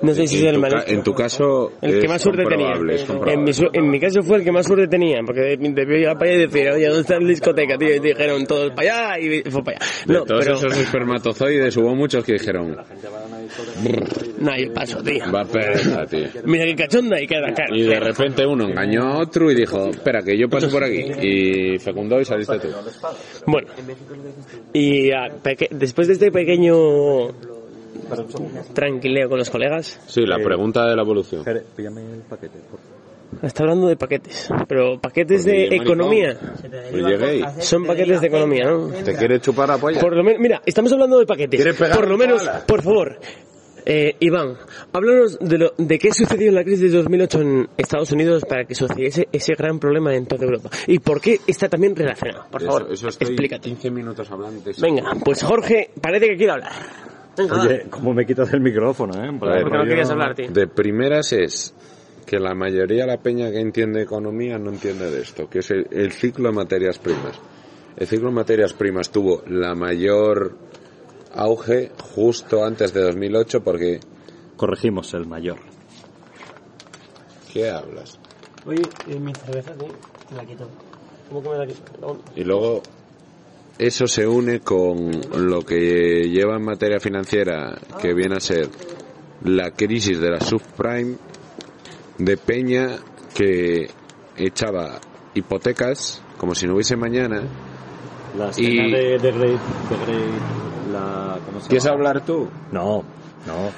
S3: No sé si soy el
S1: En tu,
S3: más
S1: ca-
S3: listo.
S1: en tu caso,
S3: El que
S1: es
S3: más suerte tenía.
S1: comprobable, es
S3: En mi,
S1: comprobable.
S3: su- en mi caso fue el que más suerte tenía, porque debió llegar para allá y decir, oye, ¿dónde está la discoteca, tío? Y dijeron todos para allá y fue para allá.
S1: De
S3: No,
S1: todos
S3: pero
S1: esos espermatozoides hubo muchos que dijeron,
S3: no hay paso, tío.
S1: va a perder, tío.
S3: Mira qué cachonda y queda cara.
S1: Y de repente uno engañó a otro y dijo, espera, que yo paso por aquí. Y fecundó y saliste tú.
S3: Bueno, y ah, peque- después de este pequeño tranquileo con los colegas,
S1: Sí, la pregunta de la evolución.
S8: Jere, píllame el paquete, por favor.
S3: está hablando de paquetes, pero paquetes
S1: Porque
S3: de
S1: Pues llegué,
S3: economía.
S1: maricón. Pues llegué y-
S3: Son paquetes de economía, ¿no?
S1: ¿Te quiere chupar la polla?
S3: Por lo menos, mira, estamos hablando de paquetes.
S1: ¿Quieres pegar
S3: Por lo
S1: una
S3: menos,
S1: bala?
S3: por favor, eh, Iván, háblanos de, lo, de qué sucedió en la crisis de 2008 en Estados Unidos para que sucediese ese gran problema en toda Europa. Y por qué está también relacionado. Por favor,
S1: eso, eso estoy
S3: explícate.
S1: 15 minutos hablando de eso.
S3: Venga, pues Jorge, parece que quiere hablar. Venga, dale.
S8: Oye, ¿cómo me quitas el micrófono, eh?
S1: Porque no
S3: no
S8: yo-
S3: querías hablar, tío.
S1: De primeras es que la mayoría de la peña que entiende economía no entiende de esto, que es el, el ciclo de materias primas. El ciclo de materias primas tuvo la mayor auge justo antes de 2008 porque...
S8: Corregimos el mayor.
S1: ¿Qué hablas?
S4: Oye, eh, mi cerveza, tío, me la quito. ¿Cómo que me la quito?
S1: Y luego eso se une con lo que lleva en materia financiera,
S4: Ah.
S1: que viene a ser la crisis de la subprime de Peña que echaba hipotecas como si no hubiese mañana.
S8: La escena
S1: Y-
S8: de, de Grey... De Grey la, ¿cómo se llama?
S1: tú?
S8: No, no.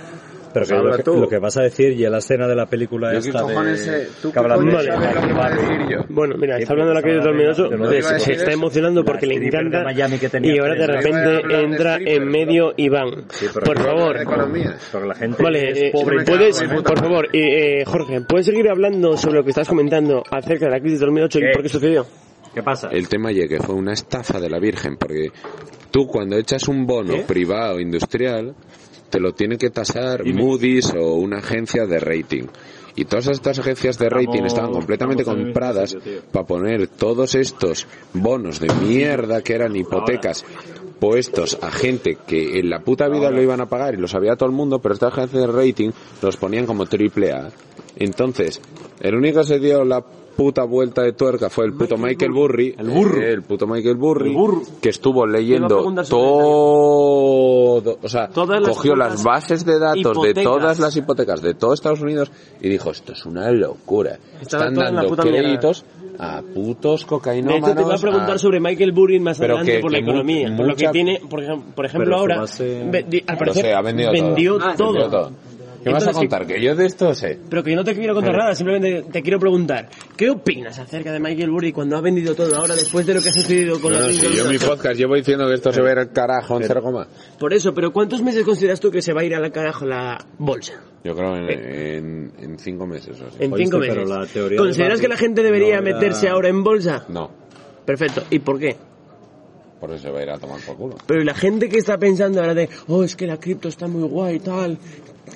S2: Pero que lo,
S1: Habla
S2: que,
S1: tú.
S2: lo que vas a decir y en la escena de la película
S1: Yo qué
S2: esta de...
S1: cojones sé, tú
S2: que
S1: qué
S2: hablan de-
S1: cojones sabes lo
S2: Vale.
S1: que voy a decir yo.
S11: Bueno, mira,
S2: Sí,
S11: está hablando la
S2: porque
S11: que de dos
S2: estaba
S11: minutos,
S3: pues,
S1: lo
S2: hablando de
S1: que iba a
S11: se
S1: decir
S11: está
S1: eso.
S11: emocionando porque le
S2: stripper de
S11: encanta
S2: Miami que tenía
S11: y ahora de
S2: tres.
S1: Iba a
S11: repente
S1: hablar de
S11: entra
S1: stripper,
S11: en medio Iván.
S1: pero
S11: Por
S1: no hablo
S11: favor.
S1: de economía.
S2: Porque la gente
S11: Vale, eh,
S2: es pobre y tal.
S11: puedes,
S1: cago en puta
S11: por
S1: madre.
S11: favor, eh, eh, Jorge, ¿puedes seguir hablando sobre lo que estás comentando acerca de la crisis de 2008 y
S1: Eh,
S2: ¿Qué?
S11: por qué sucedió?
S2: ¿Qué pasa?
S1: El tema ye que fue una estafa de la Virgen, porque tú cuando echas un bono privado industrial, te lo tiene que tasar Moody's o una agencia de rating. Y todas estas agencias de rating
S2: Estamos-
S1: estaban completamente
S2: estamos en el mismo
S1: compradas
S2: sitio, tío.
S1: para poner todos estos bonos de mierda que eran hipotecas puestos a gente que en la puta vida lo iban a pagar y lo sabía todo el mundo, pero esta agencia de rating los ponían como triple A. Entonces, el único que se dio la puta vuelta de tuerca fue el puto Michael Burry, el burro, el puto Michael Burry, que estuvo leyendo
S3: preguntar sobre
S1: todo, o sea,
S3: Todas las
S1: cogió las
S3: putas
S1: bases de datos de
S3: hipotecas.
S1: todas las hipotecas de todos Estados Unidos y dijo, esto es una locura.
S3: Estaba
S1: Están
S3: todo en la
S1: dando
S3: puta mierda".
S1: créditos a putos
S3: De
S1: cocainómanos.
S3: hecho, te va a preguntar
S1: a-
S3: sobre Michael Burry más
S1: Pero
S3: adelante
S1: que-
S3: por la
S1: que mu-
S3: economía. por lo que
S1: mucha-
S3: tiene, por ejemplo, por ejemplo
S2: Pero su
S3: ahora,
S2: base-
S3: ve- di- al parecer,
S1: sé, ha vendido todo. Ah,
S3: todo.
S1: Vendió todo. ¿Qué vas a
S3: Entonces,
S1: contar? Que yo de esto sé.
S3: Pero que yo no te quiero contar nada, simplemente te quiero preguntar, ¿qué opinas acerca de Michael Burry cuando ha vendido todo ahora después de lo que ha sucedido con
S1: No,
S3: la
S1: no, si yo en mi podcast llevo diciendo que esto se va a ir al carajo en cero coma.
S3: Por eso, pero ¿cuántos meses consideras tú que se va a ir al carajo la bolsa?
S1: Yo creo en,
S3: eh,
S1: en, en cinco meses o así.
S3: En
S2: Oíste,
S3: cinco
S2: pero
S3: meses.
S2: la teoría de
S3: ¿Consideras
S2: Barney
S3: que la gente debería
S2: no era-
S3: meterse ahora en bolsa?
S1: No,
S3: Perfecto. ¿Y por qué?
S1: por eso se va a ir a tomar por culo.
S3: Pero ¿y la gente que está pensando ahora de, oh, es que la cripto está muy guay y tal,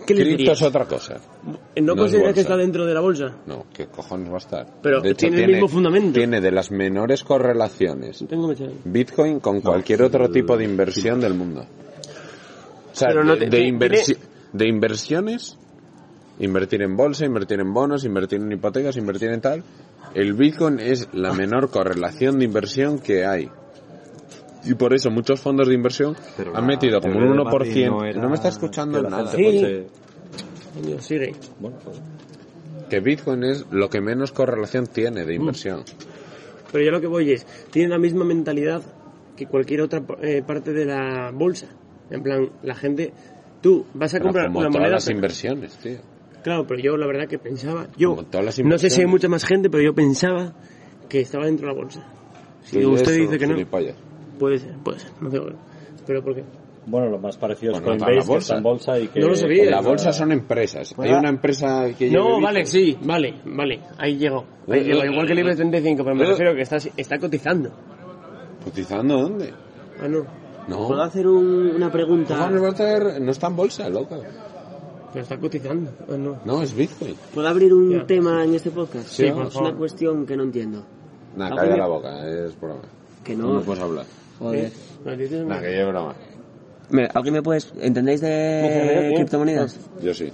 S3: ¿qué
S1: Cripto
S3: le
S1: es
S3: dirías?
S1: otra cosa.
S3: ¿No,
S1: no es
S3: consideras que
S1: bolsa.
S3: está dentro de la bolsa?
S1: No, ¿qué cojones va a estar?
S3: Pero
S1: De
S3: tiene el mismo fundamento.
S1: Tiene de las menores correlaciones
S3: Tengo que echar-
S1: Bitcoin con cualquier otro tipo de inversión del mundo. O sea,
S3: Pero no
S1: de,
S3: te-
S1: de
S3: tiene-
S1: inversi- de inversiones, invertir en bolsa, invertir en bonos, invertir en hipotecas, invertir en tal. El Bitcoin es
S3: Ah.
S1: la menor correlación de inversión que hay. Y por eso muchos fondos de inversión
S2: Pero
S1: han
S2: la
S1: metido como
S2: teoría
S1: un
S2: de Barney
S1: 1%. No,
S2: era
S1: me está escuchando
S2: que la
S1: nada.
S2: gente
S3: Sí.
S2: fuese-
S3: Dios, sigue.
S2: Bueno, pues,
S1: Que Bitcoin es lo que menos correlación tiene
S3: Mm.
S1: de inversión.
S3: Pero ya lo que voy es, tiene la misma mentalidad que cualquier otra eh, parte de la bolsa. En plan, la gente, tú vas a
S1: Pero
S3: comprar
S1: como
S3: una
S1: todas
S3: moneda.
S1: las inversiones, tío.
S3: Claro, pero yo la verdad que pensaba, yo
S1: Como todas las
S3: no sé si hay
S1: inversiones.
S3: mucha más gente, pero yo pensaba que estaba dentro de la bolsa. Si
S1: Tú y
S3: usted
S1: Pues eso,
S3: dice que no,
S1: gilipollas.
S3: puede ser, puede ser, no tengo pero ¿por qué?
S2: bueno, lo más parecido es
S1: Bueno,
S2: Coinbase,
S1: la bolsa.
S2: que está en bolsa y que...
S3: No lo sabía.
S1: En la bolsa son empresas. Hay una empresa que yo he
S3: No,
S1: visto-
S3: vale, sí, vale, vale, ahí llegó. Ahí
S1: Eh,
S3: llegó,
S1: eh,
S3: igual que el IBEX 35, pero me
S1: eh.
S3: refiero que está, está cotizando.
S1: ¿Cotizando dónde?
S3: Ah, no,
S1: No.
S4: ¿Puedo hacer un- una pregunta?
S1: Cojones, va a estar- No está en bolsa, loca.
S3: pero está cotizando. Ah, no.
S1: No, es Bitcoin.
S4: ¿Puedo abrir un
S3: Ya.
S4: tema en este podcast?
S1: Sí, por
S4: es una cuestión que no entiendo.
S1: Nah,
S4: Ah,
S1: calla
S4: bueno.
S1: la boca, eh, es broma.
S4: Que
S1: No,
S4: no.
S1: puedes hablar.
S3: ¿Eh?
S4: Joder.
S3: Las dices es
S1: Nah,
S3: muy-
S1: que yo broma.
S4: Me- ¿Alguien me puedes... ¿Entendéis de
S3: ¿Qué?
S4: criptomonedas?
S1: Yo sí.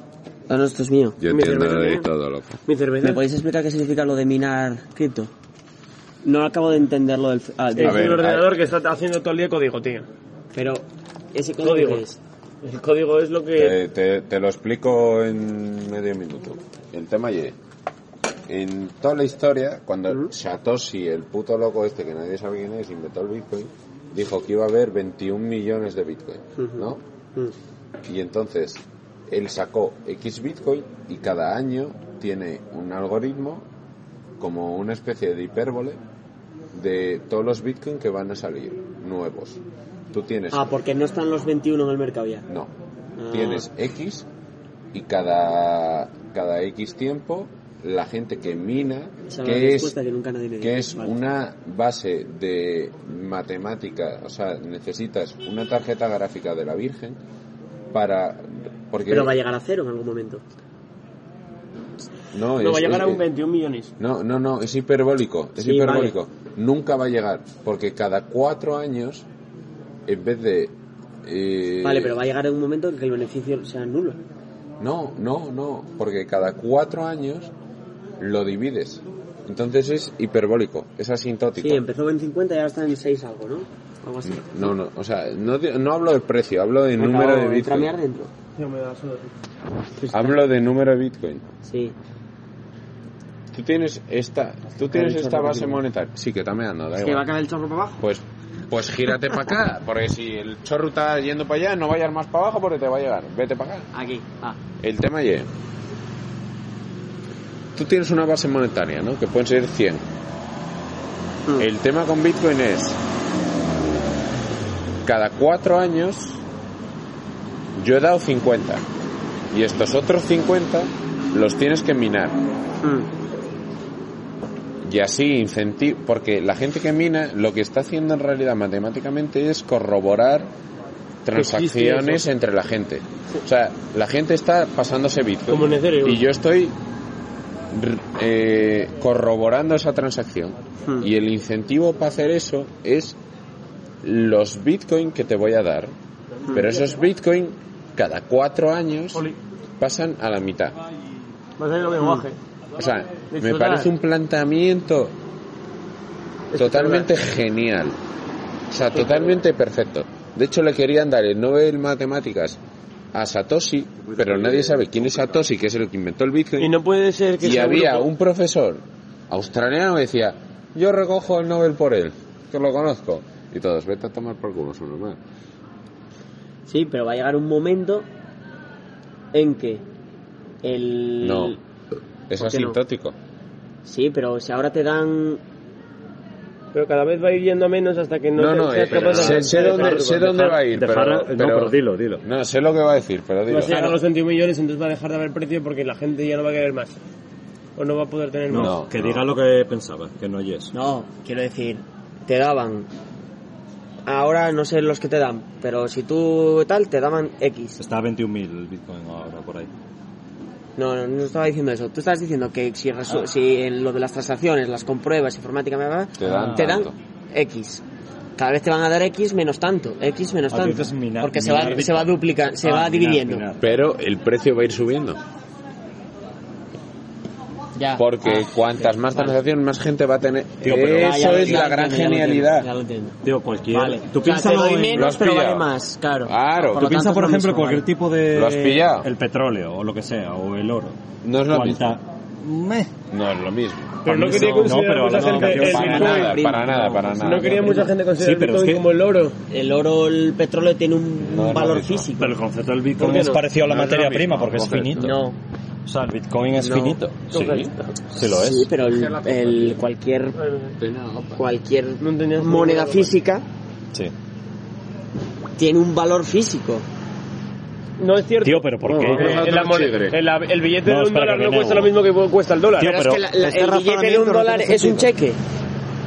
S4: Ah, no, esto es mío.
S1: Yo
S3: Mira, entiendo
S1: entiendo
S3: mira, de
S1: de
S3: mira.
S1: todo, loco.
S3: Mi cerveza.
S4: ¿Me podéis explicar qué significa lo de minar cripto? No acabo de entenderlo del... ah,
S3: Es
S1: A ver,
S3: el ordenador que está haciendo todo el día código, tío.
S4: Pero... Ese
S3: Código.
S4: código es...
S3: El código es lo que...
S1: Te, te- te lo explico en medio minuto. El tema es, en toda la historia, cuando Satoshi, el puto loco este que nadie sabe quién es, inventó el Bitcoin, dijo que iba a haber 21 millones de Bitcoin, ¿no? Y entonces, él sacó X Bitcoin y cada año tiene un algoritmo como una especie de hipérbole de todos los Bitcoin que van a salir nuevos. Tú tienes
S4: Ah, porque no están los 21 en el mercado ya.
S1: no.
S4: Ah.
S1: Tienes X y cada, cada X tiempo la gente que mina,
S4: Esa es la
S1: que es,
S4: respuesta que nunca nadie me dio.
S1: que es
S4: Vale.
S1: una base de matemática, o sea, necesitas una tarjeta gráfica de la Virgen para... Porque
S4: Pero va a llegar a cero en algún momento.
S1: no,
S3: No,
S1: es-
S3: va a llegar
S1: Pues es-
S3: a un
S1: es-
S3: 21 millones.
S1: No, no, no, es hiperbólico, es
S4: Sí,
S1: hiperbólico. Nunca va a llegar, porque cada cuatro años, en vez de... eh,
S4: Vale, pero va a llegar en un momento en que el beneficio sea nulo.
S1: No, no, no, porque cada cuatro años lo divides. Entonces es hiperbólico, es asintótico.
S4: Sí, empezó en 50 y ahora está en 6 algo, ¿no? Algo así.
S1: No, no, o sea, no, di- no hablo del precio, hablo de
S4: Me
S1: número
S4: acabo
S1: de
S4: tramear
S1: Bitcoin.
S4: dentro.
S1: Hablo de número de Bitcoin.
S4: Sí.
S1: Tú tienes esta, tú tienes esta base monetaria. Sí, que está meando, da
S4: Es que va a
S1: igual.
S4: caer el chorro para abajo.
S1: Pues pues gírate para acá, porque si el chorro está yendo para allá, no vayas más para abajo porque te va a llegar. Vete para acá.
S4: Aquí. Ah.
S1: El tema es, tú tienes una base monetaria, ¿no? Que pueden ser 100.
S4: Mm.
S1: El tema con Bitcoin es, cada cuatro años yo he dado 50 y estos otros 50 los tienes que minar.
S4: Mm.
S1: Y así incentivo, porque la gente que mina lo que está haciendo en realidad matemáticamente es corroborar transacciones entre la gente. O sea, la gente está pasándose Bitcoin.
S3: Como en Ethereum.
S1: Y yo estoy r- eh, corroborando esa transacción.
S4: Hmm.
S1: Y el incentivo para hacer eso es los Bitcoin que te voy a dar. Pero esos Bitcoin cada cuatro años pasan a la mitad.
S3: Vas a ir a
S1: Mm.
S3: lenguaje.
S1: O sea, me
S3: Disfrutar.
S1: parece un planteamiento totalmente genial. O sea, totalmente perfecto. De hecho, le querían dar el Nobel Matemáticas a Satoshi, pero nadie sabe quién es Satoshi, que es el que inventó el Bitcoin.
S3: Y no puede ser que
S1: Y
S3: sea
S1: había
S3: grupo.
S1: un profesor australiano que decía, yo recojo el Nobel por él, que lo conozco. Y todos, vete a tomar por culo, es normal.
S4: Sí, pero va a llegar un momento en que el...
S1: No, es
S4: ¿Por qué no?
S1: asintótico.
S4: Sí, pero si ahora te dan...
S3: Pero cada vez va ir yendo a menos hasta que
S1: No,
S3: no, te-
S1: no,
S3: seas
S1: eh, pero
S3: capaz de...
S1: sé, sé dónde, sé dónde va a ir,
S2: Dejar
S1: pero,
S2: a- No, pero
S1: pero-
S2: dilo, dilo.
S1: No, sé lo que va a decir, pero dilo.
S3: Vas a llegar a los 21 millones, entonces va a dejar de haber precio porque la gente ya no va a querer más. O no va a poder tener
S2: No,
S3: más.
S1: No,
S2: que
S1: no.
S2: diga lo que pensaba, que no oyes.
S4: No, quiero decir, te daban... Ahora no sé los que te dan, pero si tú tal, te daban X.
S2: Está a 21.000 el Bitcoin ahora por ahí.
S4: No, no, no estaba diciendo eso. Tú estás diciendo que si, resu- si en lo de las transacciones las compruebas informáticamente,
S1: Te dan
S4: Ah. te dan
S1: tanto.
S4: X. Cada vez te van a dar X menos tanto, X menos
S2: Ah, tú
S4: tanto.
S2: dices minar-
S4: porque se va,
S2: minar
S4: se va
S2: Bitcoin.
S4: duplicando, se
S2: Ah,
S4: va
S2: minar,
S4: dividiendo.
S2: minar.
S1: Pero el precio va a ir subiendo.
S4: Ya.
S1: Porque
S4: Ah,
S1: cuantas
S4: sí,
S1: más
S4: vale.
S1: transacción, más gente va a tener.
S2: Tío, pero-
S4: Ya, ya
S1: Eso
S4: lo-
S1: es
S4: ya
S1: la
S4: lo
S1: gran
S4: entiendo, ya lo
S1: genialidad.
S4: entiendo, ya lo entiendo.
S2: Tío, cualquier...
S4: Vale.
S2: Tú
S4: O sea,
S2: piensa
S4: te doy
S2: en-
S1: lo
S4: menos,
S1: has
S4: pero vale
S1: pillado. Ah,
S4: más, claro.
S1: Claro.
S4: Por
S2: Tú
S4: lo
S2: piensa,
S4: tanto,
S2: por
S4: es lo
S2: ejemplo,
S4: mismo,
S2: cualquier
S4: vale.
S2: tipo de...
S1: ¿Lo has pillado?
S2: El petróleo, o lo que sea, o el oro.
S1: No es lo mismo.
S2: Cuanta- Meh.
S1: No es lo mismo.
S3: Pero no
S2: Para mí
S3: quería
S2: no,
S3: considerar
S2: no, pero
S3: mucha
S2: la
S3: gente
S2: educación
S3: el
S2: para
S1: Para
S3: Bitcoin.
S1: nada,
S4: primo,
S1: para nada,
S4: no,
S1: para
S4: no
S1: nada.
S3: No quería mucha gente
S2: Sí,
S3: considerar el
S2: pero es
S3: Bitcoin
S2: que-
S3: como el oro.
S4: El oro, el petróleo tiene un
S1: No es lo
S4: valor
S1: mismo.
S4: físico.
S2: Pero el concepto del Bitcoin
S3: ¿Por qué
S2: es
S3: no?
S2: parecido a la
S1: No es lo
S2: materia
S1: mismo,
S2: prima porque es
S1: correcto.
S2: finito.
S4: No,
S2: O sea, el Bitcoin es
S4: No.
S2: finito. Sí, sí lo es.
S4: sí, pero el, el cualquier cualquier
S3: No tenías
S4: moneda
S3: ninguna-
S4: física
S2: Sí.
S4: tiene un valor físico.
S3: No es cierto.
S2: Tío, pero ¿por qué?
S3: Eh,
S1: Otro
S3: la mon-
S1: chigre.
S3: el, el billete
S2: No,
S3: de
S2: espera,
S3: un dólar
S2: que
S3: no
S2: viene
S3: cuesta lo
S2: uno.
S3: mismo que cuesta el dólar.
S2: Tío,
S4: pero,
S2: pero
S4: es que la- la-
S2: este
S4: el billete de
S2: razonamiento
S4: un
S2: no
S4: dólar
S2: tiene
S4: es un cheque.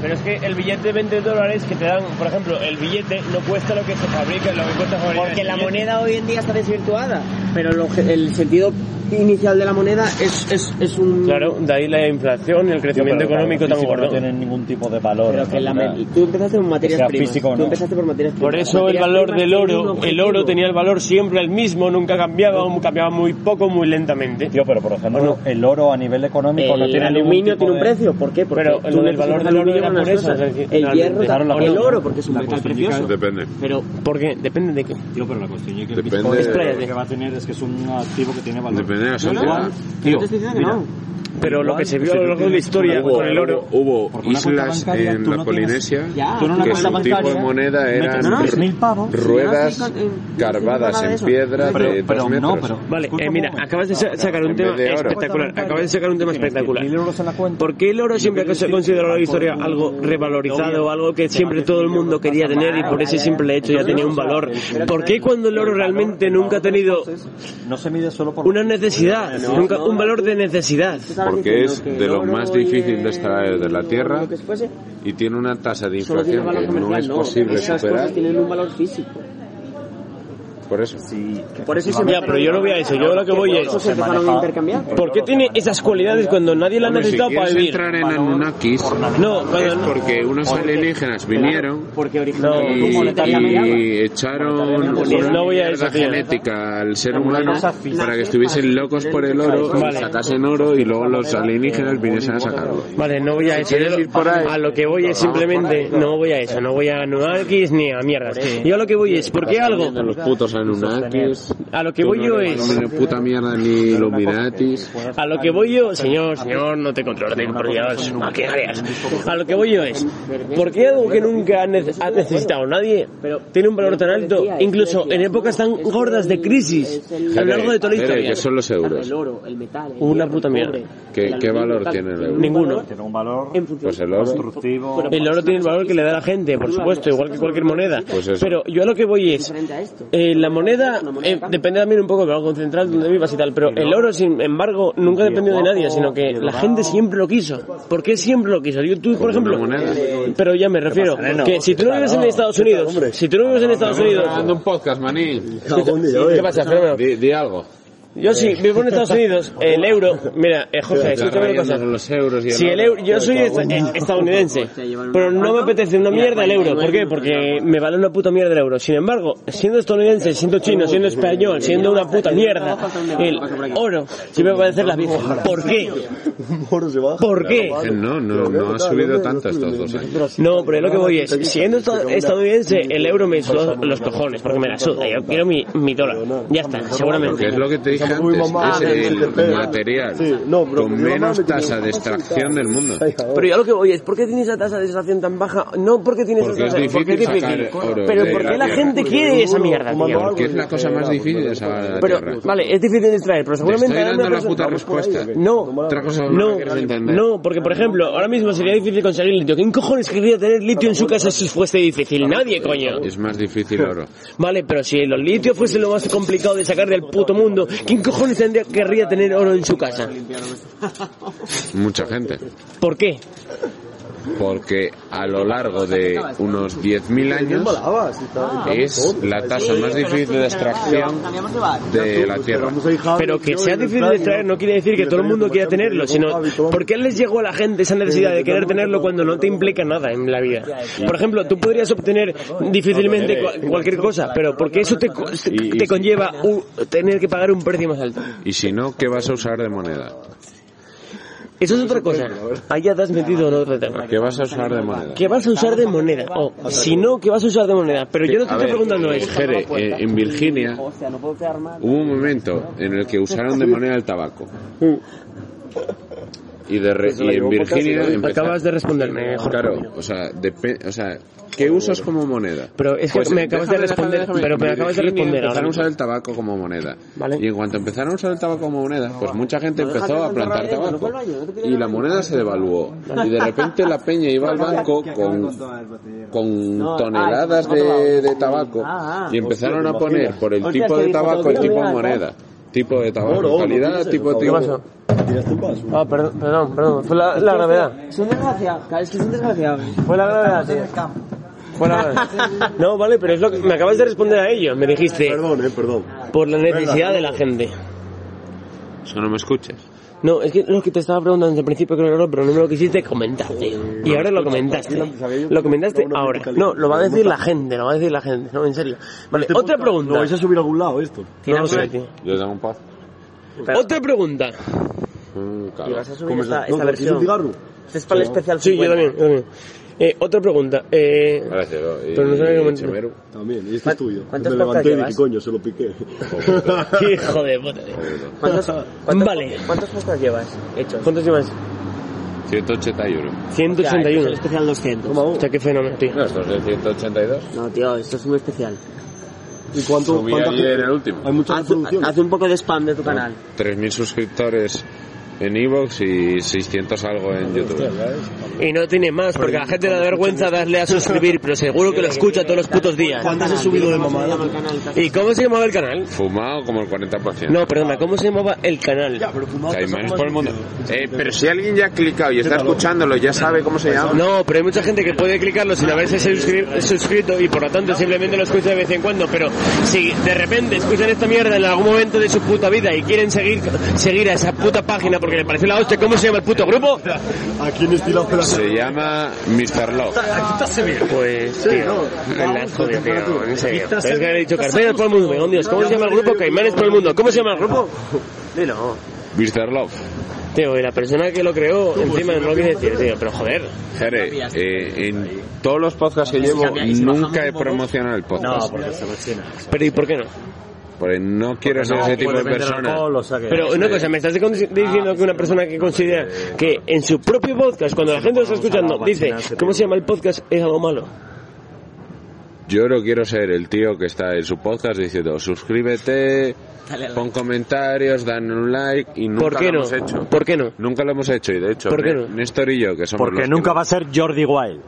S3: Pero es que el billete de 20 dólares que te dan, por ejemplo, el billete no cuesta lo que se fabrica, lo que cuesta fabricar.
S4: Porque
S3: el
S4: la
S3: billete.
S4: moneda hoy en día está desvirtuada. Pero lo que- el sentido inicial de la moneda es, es, es un...
S3: Claro, de ahí la inflación y el
S2: Tío, pero
S3: crecimiento económico
S2: claro,
S3: tan
S2: físico
S3: gordo.
S2: No tienen ningún tipo de valor.
S4: Pero
S2: en
S4: que la,
S2: realidad.
S4: me- tú empezaste por materias
S2: sea
S4: primas.
S2: físico o
S4: tú
S2: no.
S4: empezaste por materias primas.
S3: Por eso el
S4: Materias
S3: valor
S4: primas
S3: del
S4: tienen un
S3: oro, el
S4: objetivo.
S3: oro tenía el valor siempre el mismo, nunca cambiaba, o cambiaba muy poco, muy lentamente.
S2: Tío, pero por ejemplo, el oro a nivel económico no
S4: El
S2: tiene ningún
S4: aluminio
S2: tipo
S4: tiene un
S2: de-
S4: precio, ¿por qué? Porque
S3: Pero
S4: tú
S3: lo
S4: le
S3: del valor
S4: pusiste
S3: del oro
S4: aluminio
S3: era
S4: en unas
S3: por eso,
S4: cosas.
S3: es decir,
S4: El
S3: realmente.
S4: hierro,
S2: Claro, la
S4: el
S2: cosa-
S4: oro, porque es un metal precioso.
S1: Depende.
S4: Pero
S3: Porque depende de qué.
S2: Tío, pero la cuestión que el
S1: Depende
S2: Bitcoin
S1: de-
S2: Expláyate. lo que va a tener es que es un activo que tiene valor.
S1: Depende de la sociedad.
S4: yo te estoy diciendo que
S2: mira,
S4: no.
S3: Pero lo
S2: igual
S3: que se
S2: que
S3: vio a
S2: si
S3: lo
S2: tú
S3: largo de la
S2: tienes
S3: historia
S2: una-
S3: con el oro.
S1: Hubo
S2: Porque una cuenta
S1: islas
S2: bancaria,
S1: en
S2: tú
S1: la
S2: no tienes-
S1: Polinesia
S4: Ya,
S2: tú no
S4: una
S1: que
S4: cuenta
S1: su tipo de
S4: bancaria-
S1: moneda eran
S2: metes
S4: No, no,
S1: r-
S2: 3.000 pavos.
S1: ruedas
S4: Yo no estoy con- yo no estoy
S1: carvadas
S4: nada de
S1: en
S4: eso.
S1: piedra de
S2: Pero, pero
S1: dos metros.
S2: no, pero.
S3: Vale,
S2: escucha
S3: eh,
S2: un
S3: mira,
S2: momento.
S3: acabas de sa- sacar un
S1: en
S3: tema
S1: vez de oro.
S3: espectacular.
S2: Pues,
S3: Acabas de sacar un tema
S2: Tienes
S3: espectacular.
S2: 10.000 euros en la cuenta.
S3: ¿Por qué el oro siempre se consideró la historia algo revalorizado, algo que siempre todo el mundo quería tener y por ese simple hecho ya tenía un valor? ¿Por qué cuando el oro realmente nunca ha tenido
S2: No se mide solo por.
S3: una necesidad, nunca un valor de necesidad?
S1: Porque es de lo más difícil de extraer de la tierra.
S4: Lo que fuese,
S1: Y tiene una tasa de
S4: solo tiene
S1: inflación
S4: valor
S1: que no
S4: comercial,
S1: es
S4: no.
S1: posible
S4: Esas
S1: superar.
S4: cosas tienen un valor físico.
S1: Por eso.
S2: Sí,
S4: Por eso se
S3: Ya, pero yo no voy a eso, yo a lo que voy
S4: Eso
S3: es...
S4: se empezaron a
S2: maneja-
S4: intercambiar.
S3: ¿Por qué tiene esas cualidades cuando nadie las ha
S1: Hombre, si
S3: necesitado para
S1: quieres
S3: vivir?
S1: entrar en Anunnakis,
S3: No, cuando
S1: es
S3: no-
S1: porque unos alienígenas vinieron
S4: Porque
S1: y,
S4: originalmente
S1: y echaron una
S3: No voy a ¿eh?
S1: mierda
S3: eso, tío.
S1: genética al ser humano
S4: cosa física.
S1: para que estuviesen locos por el oro,
S3: Vale.
S1: sacasen oro y luego los alienígenas viniesen a sacarlo.
S3: Vale, no voy a eso. yo lo- a lo que voy es simplemente, no voy a eso, no voy a Anunnakis ni a mierdas. Yo a lo que voy es, ¿por qué algo?
S1: Los putos Anunnakis.
S3: A lo que voy yo es...
S1: Hombre, puta mierda, ni Illuminatis.
S3: A lo que voy yo, señor, señor, no te controles, por Dios, no, ¿qué harías? A lo que voy yo es, ¿por qué algo que nunca ha nece- ha necesitado nadie tiene un valor tan alto, incluso en épocas tan gordas de crisis, a lo largo de toda la
S1: Jere,
S3: historia?
S1: que son los euros.
S3: Una puta mierda.
S1: ¿Qué, qué valor tiene el euro?
S3: Ninguno.
S12: Tiene un valor
S1: Pues el oro.
S12: constructivo.
S3: El oro tiene el valor que le da la gente, por supuesto, igual que cualquier moneda.
S1: Pues eso.
S3: pero yo a lo que voy es, eh, la moneda eh, depende también un poco del banco central donde vivas y tal, pero el oro, sin embargo, nunca dependió de nadie, sino que la gente siempre lo quiso. ¿Por qué siempre lo quiso? Yo, tú, por
S1: Como una
S3: ejemplo,
S1: moneda.
S3: pero ya me refiero, que si tú no vives en Estados Unidos, si tú no vives en Estados Unidos,
S1: Grabando un podcast, maní.
S3: [laughs] ¿qué pasa, fenómeno?
S1: Di, di algo.
S3: Yo sí, vivo en Estados Unidos, el euro, mira, eh, Jorge,
S1: Estás
S3: escúchame una
S1: rayando
S3: cosa.
S1: con los euros y el
S3: Si el
S1: oro.
S3: euro, yo soy est- eh, estadounidense, pero no me apetece una mierda el euro. ¿Por qué? Porque me vale una puta mierda el euro. Sin embargo, siendo estadounidense, siendo chino, siendo español, siendo una puta mierda, el oro sí me va a parecer la mierda. ¿Por qué? ¿Por qué?
S1: Eh, No, no, no ha subido tanto estos dos años.
S3: No, pero lo que voy es, siendo esta- estadounidense, el euro me suda los cojones, porque me la suda. Yo quiero mi, mi dólar. Ya está,
S1: Porque
S3: seguramente.
S1: es lo que te dije antes, es el material con menos tasa de extracción del mundo.
S13: Pero yo lo que voy es, ¿por qué tiene esa tasa de satisfacción tan baja? No porque tiene
S1: Porque es
S13: esa tasa
S1: difícil
S13: porque
S1: sacar oro
S13: Pero
S1: de
S13: ¿por qué
S1: la
S13: la
S1: tierra.
S13: gente quiere esa mierda, tío?
S1: Porque es la cosa más difícil de sacar de la
S13: Pero,
S1: tierra.
S13: vale, es difícil de extraer, pero
S1: Te estoy
S13: seguramente... habrá
S1: dando
S13: una
S1: la
S13: persona-
S1: puta respuesta.
S3: ¿eh? No,
S1: Otra cosa no la
S3: No,
S1: quieres entender.
S3: no, porque por ejemplo, ahora mismo sería difícil conseguir litio. ¿Quién cojones querría tener litio en su casa si fuese difícil? Nadie, coño.
S1: Es más difícil oro.
S3: Vale, pero si los litios fuese lo más complicado de sacar del puto mundo, ¿quién cojones tendría, querría tener oro en su casa?
S1: Mucha gente.
S3: ¿Por qué?
S1: Porque a lo largo de unos 10.000 años es la tasa más difícil de extracción
S2: pues,
S1: de la Tierra.
S3: Pero que sea difícil de extraer no quiere decir que todo el mundo quiera tenerlo, sino ¿por qué les llegó a la gente esa necesidad de querer tenerlo cuando no te implica nada en la vida? Por ejemplo, tú podrías obtener difícilmente cua- cualquier cosa, pero ¿por qué eso te, co- te- te conlleva un- tener que pagar un precio más alto?
S1: Y si no, ¿qué vas a usar de moneda?
S3: Eso es otra cosa. Ahí ya te has metido en otro tema.
S1: ¿Qué vas a usar de moneda?
S3: ¿Qué vas a usar de moneda? O, si no, ¿qué vas a usar de moneda? Pero yo no te
S1: A
S3: estoy
S1: ver,
S3: preguntando
S1: eh,
S3: eso.
S1: Jere, eh, en Virginia hubo un momento en el que usaron de moneda el tabaco. Y, de re- y en Virginia empezaron...
S3: Acabas de responderme, Jorge.
S1: eh, Claro, o sea, depe- o sea, ¿qué usas como moneda?
S3: Pero es que
S1: Pues,
S3: me acabas de
S1: déjame,
S3: responder,
S1: déjame, déjame.
S3: pero me acabas de
S1: Virginia
S3: responder ahora
S1: Empezaron a usar
S3: mismo.
S1: el tabaco como moneda.
S3: Vale.
S1: Y en cuanto empezaron a usar el tabaco como moneda, pues mucha gente empezó a plantar tabaco. Y la moneda se devaluó. Y de repente la peña iba al banco con, con toneladas de, de tabaco.
S3: Ah,
S1: Y empezaron a poner por el tipo de tabaco el tipo de moneda. Tipo de tabaco, calidad, tipo, tipo.
S3: Ah, perdón, perdón, perdón. Fue la, la gravedad.
S4: Ah. Es un desgraciado, es que es un desgraciado.
S3: Fue la gravedad, tío. Fue la gravedad. No, vale, pero es lo que me acabas de responder a ello. Me dijiste
S2: Perdón, eh, perdón.
S3: por la necesidad de la gente.
S1: Eso no me escuches.
S3: No, es que lo que te estaba preguntando desde el principio creo que era, pero no me lo quisiste comentar, tío. Y ahora lo comentaste. Lo comentaste ahora. No, lo va a decir la gente, lo va a decir la gente. No, en serio. Vale, otra pregunta.
S2: ¿Lo vais a subir a algún lado esto?
S3: No lo sé, tío.
S1: Yo tengo un paz.
S3: Otra pregunta.
S1: Mm,
S4: Y
S1: claro.
S4: vas a subir esta,
S2: No,
S4: esta
S2: ¿Es un
S4: versión.
S2: cigarro?
S4: Este es para el especial
S3: Sí, yo
S4: 50.
S3: también, yo también. Eh, otra pregunta. Eh, [laughs]
S1: Ahora te veo. Y-
S3: Pero no sabía
S1: y
S3: cómo-
S1: Chemeru.
S2: También, y este es tuyo.
S4: ¿Cuántas
S2: Me
S4: podcasts
S2: levanté y dije,
S4: llevas?
S2: coño, se lo piqué.
S3: hijo de puta. tío.
S4: ¿Cuántos, cuántos,
S3: Vale.
S4: ¿Cuántos podcasts llevas hechos?
S3: ¿Cuántos llevas?
S1: 181.
S4: O sea, este es el
S3: 181.
S4: especial 200.
S3: O sea, qué fenómeno, tío.
S1: No, esto es de 182.
S4: No, tío, esto es muy especial.
S2: ¿Y cuánto?
S1: Subí
S2: cuánta
S1: ayer
S2: gente?
S1: el último.
S2: Hay muchas
S4: Haz,
S2: reproducciones.
S4: haz un poco de spam de tu canal.
S1: 3.000 suscriptores en Evox y 600 algo
S3: Ah,
S1: en YouTube.
S3: Y no tiene más, porque a la gente le da vergüenza darle a suscribir, pero seguro que lo escucha todos los putos días.
S2: ¿Cuántas has subido de mamada?
S3: ¿Y cómo se llamaba el canal?
S1: Fumado como el 40%.
S3: No, perdona, ¿cómo se llamaba el canal?
S1: Caimanes por el mundo. Eh, pero si alguien ya ha clicado y está escuchándolo, ya sabe cómo se llama.
S3: No, pero hay mucha gente que puede clicarlo sin haberse suscri- suscrito y por lo tanto simplemente lo escucha de vez en cuando, pero si de repente escuchan esta mierda en algún momento de su puta vida y quieren seguir seguir a esa puta página porque le pareció la hostia, ¿cómo se llama el puto grupo?
S2: ¿A quién estilo
S1: Se llama Mr. Love.
S3: Pues, tío, me la has jodido, tío, en serio. Es que le he dicho Caimanes por el mundo, venga, un dios, ¿cómo se llama el grupo? Caimanes por el mundo, ¿cómo se llama el grupo? Dilo.
S1: Mr. Love.
S3: Tío, y la persona que lo creó, encima no lo quiere decir, tío, pero joder.
S1: Jere, eh, en todos los podcasts que llevo nunca he promocionado el podcast.
S8: porque se rechina.
S3: Pero ¿y por qué no?
S1: Porque no quiero ser ese tipo de persona.
S3: Pero una cosa, me estás con- diciendo que una persona que considera que en su propio podcast, cuando la gente lo está escuchando, dice, ¿cómo se llama el podcast? Es algo malo.
S1: Yo no quiero ser el tío que está en su podcast diciendo suscríbete, pon comentarios, dan un like y nunca
S3: ¿Por qué
S1: lo
S3: no?
S1: hemos hecho.
S3: ¿Por qué no?
S1: Nunca lo hemos hecho y de hecho
S3: ¿Por qué
S1: Né-
S3: no?
S1: Néstor y yo que somos los
S8: Porque
S1: que
S8: nunca
S1: no-
S8: va a ser Jordi Wild.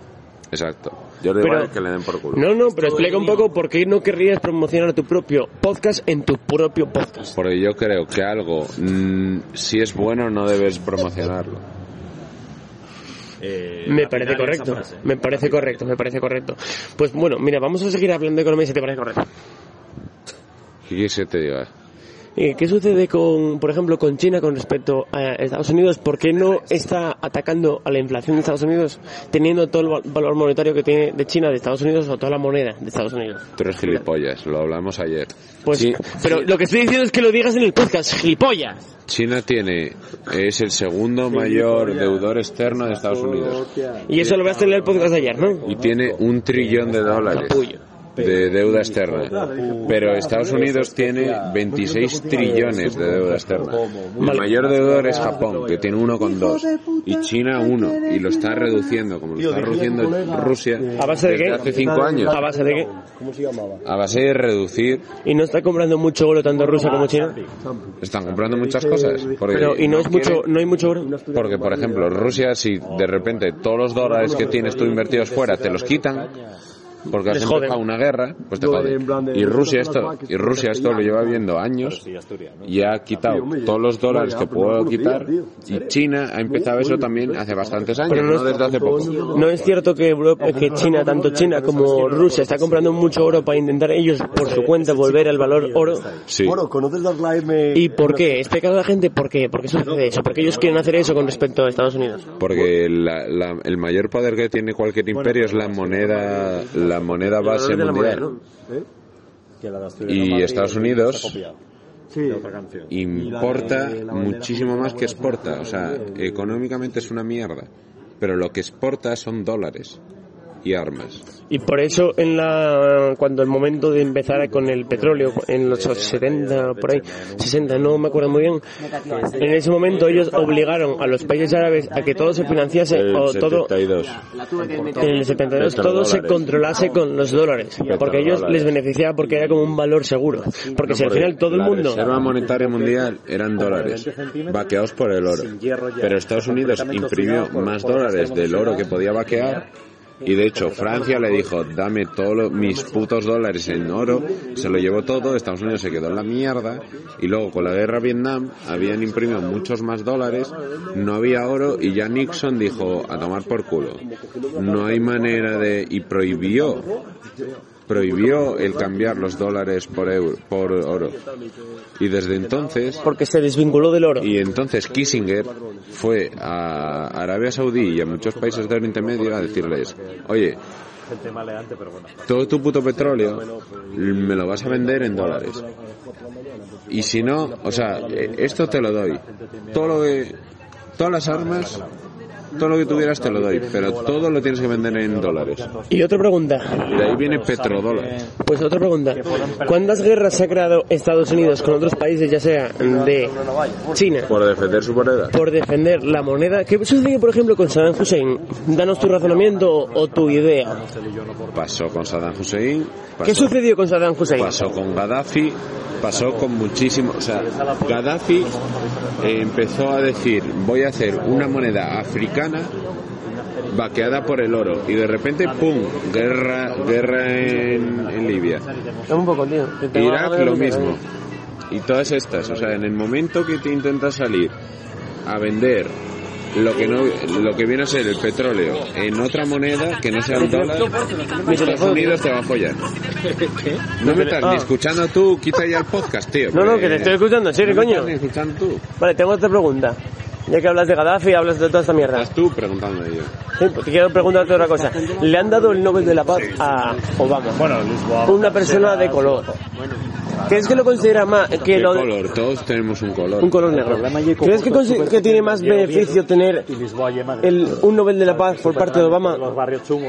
S1: Exacto. Yo le
S3: Pero-
S1: digo que le den por culo.
S3: No, no, pero explica un poco por qué no querrías promocionar tu propio podcast en tu propio podcast.
S1: Porque yo creo que algo, mm, si es bueno, no debes promocionarlo. Eh,
S3: Me parece correcto, me parece correcto, me parece correcto. Pues bueno, mira, vamos a seguir hablando de economía si te parece correcto.
S1: ¿Qué quieres que te diga?
S3: Eh, ¿Qué sucede con, por ejemplo, con China con respecto a Estados Unidos? ¿Por qué no está atacando a la inflación de Estados Unidos teniendo todo el val- valor monetario que tiene de China, de Estados Unidos o toda la moneda de Estados Unidos?
S1: Tú eres gilipollas, lo hablamos ayer.
S3: Pues,
S1: Sí.
S3: pero lo que estoy diciendo es que lo digas en el podcast, gilipollas.
S1: China tiene, es el segundo mayor deudor externo de Estados Unidos
S3: Y eso lo vas a tener en el podcast de ayer, ¿no?
S1: y tiene un trillón de dólares
S3: Capullo.
S1: de deuda externa. Pero Estados Unidos tiene 26 trillones de deuda externa. El mayor deudor es Japón, que tiene 1,2 y China 1 y lo está reduciendo, como lo está reduciendo Rusia
S3: ¿A base de qué?
S1: desde hace 5 años.
S3: ¿A base de qué?
S1: A base de reducir,
S3: ¿Y no está comprando mucho oro tanto ruso como chino?
S1: están comprando muchas cosas. porque
S3: Pero, ¿y no, es
S1: quieren-
S3: mucho, no hay mucho oro?
S1: Porque, por ejemplo, Rusia, si de repente todos los dólares que tienes tú invertidos fuera te los quitan, porque has
S3: Les joden.
S1: empezado una guerra, pues te jode. Y Rusia esto, y Rusia esto lo lleva viendo años y ha quitado todos los dólares que puedo quitar. Y China ha empezado eso también hace bastantes años,
S3: Pero no
S1: no
S3: es-
S1: desde hace poco.
S3: ¿No es cierto que, Europa- que China, tanto China como Rusia, está comprando mucho oro para intentar ellos por su cuenta volver al valor oro?
S1: Sí.
S14: ¿conoces las live?
S3: ¿Y por qué? ¿Es pecado de la gente? ¿Por qué? ¿Por qué sucede eso? ¿Por qué ellos quieren hacer eso con respecto a Estados Unidos?
S1: Porque la- la- el mayor poder que tiene cualquier imperio es la moneda, la moneda base mundial. Y Estados Unidos importa muchísimo más que exporta. O sea, económicamente es una mierda. Pero lo que exporta son dólares y armas.
S3: Y por eso, en la, cuando el momento de empezar con el petróleo, en los 70, por ahí, 60, no me acuerdo muy bien, en ese momento ellos obligaron a los países árabes a que todo se financiase o todo en el 72 todo se
S1: Petrodólares.
S3: controlase con los dólares, porque a ellos
S1: Petrodólares.
S3: les beneficiaba porque era como un valor seguro, porque si al final todo el
S1: La
S3: mundo
S1: Reserva Monetaria Mundial eran dólares, vaqueados por el oro. Pero Estados Unidos imprimió más dólares del oro que podía vaquear. Y de hecho, Francia le dijo, dame todos mis putos dólares en oro, se lo llevó todo, Estados Unidos se quedó en la mierda, y luego con la guerra a Vietnam habían imprimido muchos más dólares, no había oro, y ya Nixon dijo, a tomar por culo. No hay manera de... y prohibió prohibió el cambiar los dólares por euro, por oro. Y desde entonces
S3: porque se desvinculó del oro.
S1: y entonces Kissinger fue a Arabia Saudí y a muchos países de Oriente Medio a decirles, "Oye, todo tu puto petróleo me lo vas a vender en dólares. Y si no, o sea, eh, esto te lo doy. Todo lo que todas las armas todo lo que tuvieras te lo doy, pero todo lo tienes que vender en dólares.
S3: Y otra pregunta,
S1: Y de ahí viene petrodólar.
S3: pues otra pregunta, ¿cuántas guerras ha creado Estados Unidos con otros países, ya sea de China,
S1: Por defender su moneda.
S3: por defender la moneda? ¿Qué sucede, por ejemplo, con Saddam Hussein? Danos tu razonamiento o o tu idea.
S1: Pasó con Saddam Hussein,
S3: ¿Qué
S1: pasó,
S3: sucedió con Saddam Hussein?
S1: pasó con Gaddafi, pasó con muchísimos... O sea, Gaddafi eh, empezó a decir, voy a hacer una moneda africana vaqueada por el oro. Y de repente, ¡pum!, guerra, guerra en, en Libia.
S3: Dame un poco, tío. que tengo ganas
S1: Irak
S3: de
S1: lo
S3: dormir,
S1: mismo.
S3: ¿eh?
S1: Y todas estas, o sea, en el momento que te intentas salir a vender lo que no lo que viene a ser el petróleo en otra moneda que no sea un dólar, Estados Unidos te va a follar. No me estás ni escuchando tú, quita ya el podcast, tío.
S3: No, no,
S1: porque-
S3: que te estoy escuchando, en serio,
S1: No me
S3: coño.
S1: estás ni escuchando tú.
S3: Vale, tengo otra pregunta. Ya que hablas de Gaddafi, hablas de toda esta mierda.
S1: Estás tú preguntando yo.
S3: Sí, pues te quiero preguntarte otra cosa. Le han dado el Nobel de la Paz a Obama.
S2: Bueno, Luis Boab,
S3: Una persona de color. ¿Crees que lo considera más que
S1: ¿Qué
S3: lo
S1: color? Todos tenemos un color.
S3: un color negro? ¿Crees que, consi- que tiene más beneficio tener el, un Nobel de la Paz por parte de Obama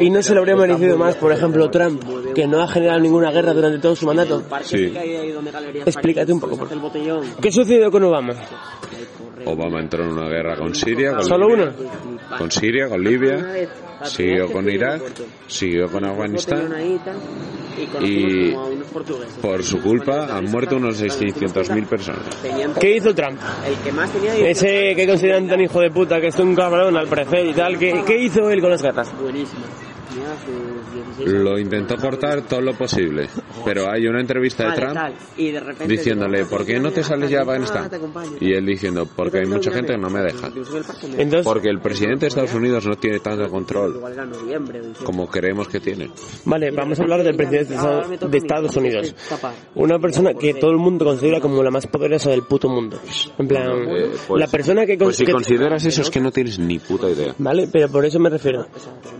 S3: y no se lo habría merecido más, por ejemplo, Trump, que no ha generado ninguna guerra durante todo su mandato?
S1: Sí,
S3: Explícate un poco. por favor. ¿Qué sucedió con Obama?
S1: Obama entró en una guerra con Siria, con
S3: ¿Solo
S1: Libia,
S3: uno?
S1: con Siria, con
S4: Ah,
S1: Libia, siguió con Irak, siguió con Afganistán y por su culpa han muerto unos 600.000 personas.
S3: ¿Qué hizo Trump? Ese que consideran tan hijo de puta, que es un cabrón al parecer y tal, ¿qué, qué hizo él con las guerras?
S1: Lo intentó cortar todo lo posible, pero hay una entrevista de Trump diciéndole, ¿por qué no te sales ya a Afganistán? Y él diciendo, porque hay mucha gente que no me deja.
S3: Entonces,
S1: Porque el presidente de Estados Unidos no tiene tanto control como creemos que tiene.
S3: vale, vamos a hablar del presidente de Estados- de Estados Unidos. Una persona que todo el mundo considera como la más poderosa del puto mundo. En plan,
S1: Eh, pues-
S3: la persona que... con-
S1: Pues si
S3: que-
S1: consideras eso es que no tienes ni puta idea.
S3: Vale, pero por eso me refiero.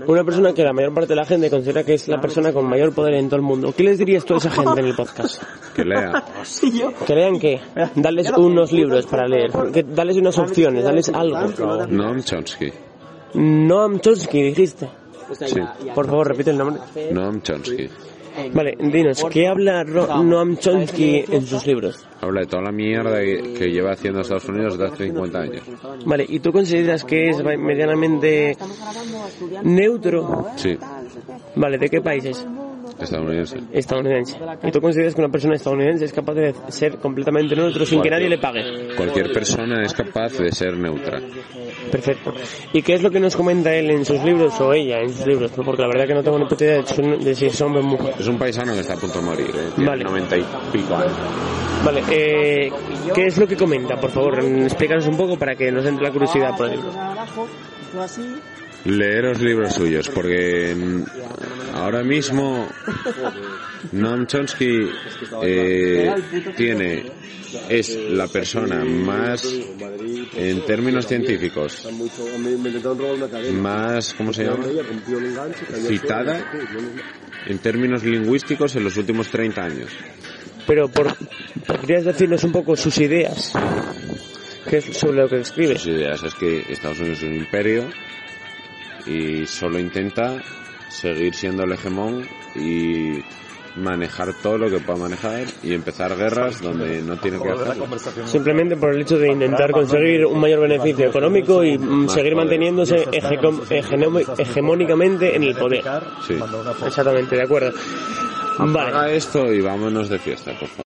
S3: Una persona que la mayor parte de la gente considera que es la persona con mayor poder en todo el mundo. ¿Qué les dirías tú a esa gente en el podcast?
S1: Que lea.
S3: Que lean qué? Darles unos libros para leer. Que darles unas opciones, darles algo.
S1: Noam Chomsky.
S3: Noam Chomsky, dijiste.
S1: Sí,
S3: Por favor, repite el nombre.
S1: Noam Chomsky.
S3: Vale, dinos, ¿qué habla Ro- Noam Chomsky en sus libros?
S1: Habla de toda la mierda que que lleva haciendo Estados Unidos desde hace 50 años.
S3: Vale, ¿y tú consideras que es medianamente neutro?
S1: Sí,
S3: Vale, ¿de qué países?
S1: estadounidense.
S3: Estadounidense. ¿Y tú consideras que una persona estadounidense es capaz de ser completamente neutro sin que nadie le pague?
S1: Cualquier persona es capaz de ser neutra.
S3: Perfecto. ¿Y qué es lo que nos comenta él en sus libros o ella en sus libros? Porque la verdad que no tengo ni puta idea de su- de si es hombre o mujer.
S1: Es un paisano que está a punto de morir. ¿eh? Tiene
S3: Vale.
S1: 90 y pico años.
S3: Vale, eh, ¿qué es lo que comenta? Por favor, explícanos un poco para que nos entre la curiosidad por "Ah, el libro.
S1: Leeros libros suyos, porque mm, ahora mismo Noam Chomsky eh, tiene, es la persona más,
S4: pues,
S1: en términos científicos, más, ¿cómo se llama? Citada en términos lingüísticos en los últimos 30 años.
S3: Pero por, podrías decirnos un poco sus ideas que es sobre lo que escribes.
S1: Sus ideas es que Estados Unidos es un imperio y solo intenta seguir siendo el hegemón y manejar todo lo que pueda manejar y empezar guerras donde no tiene que hacerlo.
S3: Simplemente por el hecho de intentar conseguir un mayor beneficio económico y mm, seguir manteniéndose hegecom- hegenemo- hegemónicamente en el poder.
S1: Sí.
S3: Exactamente, de acuerdo. Vale.
S1: Haga esto y vámonos de fiesta, por favor.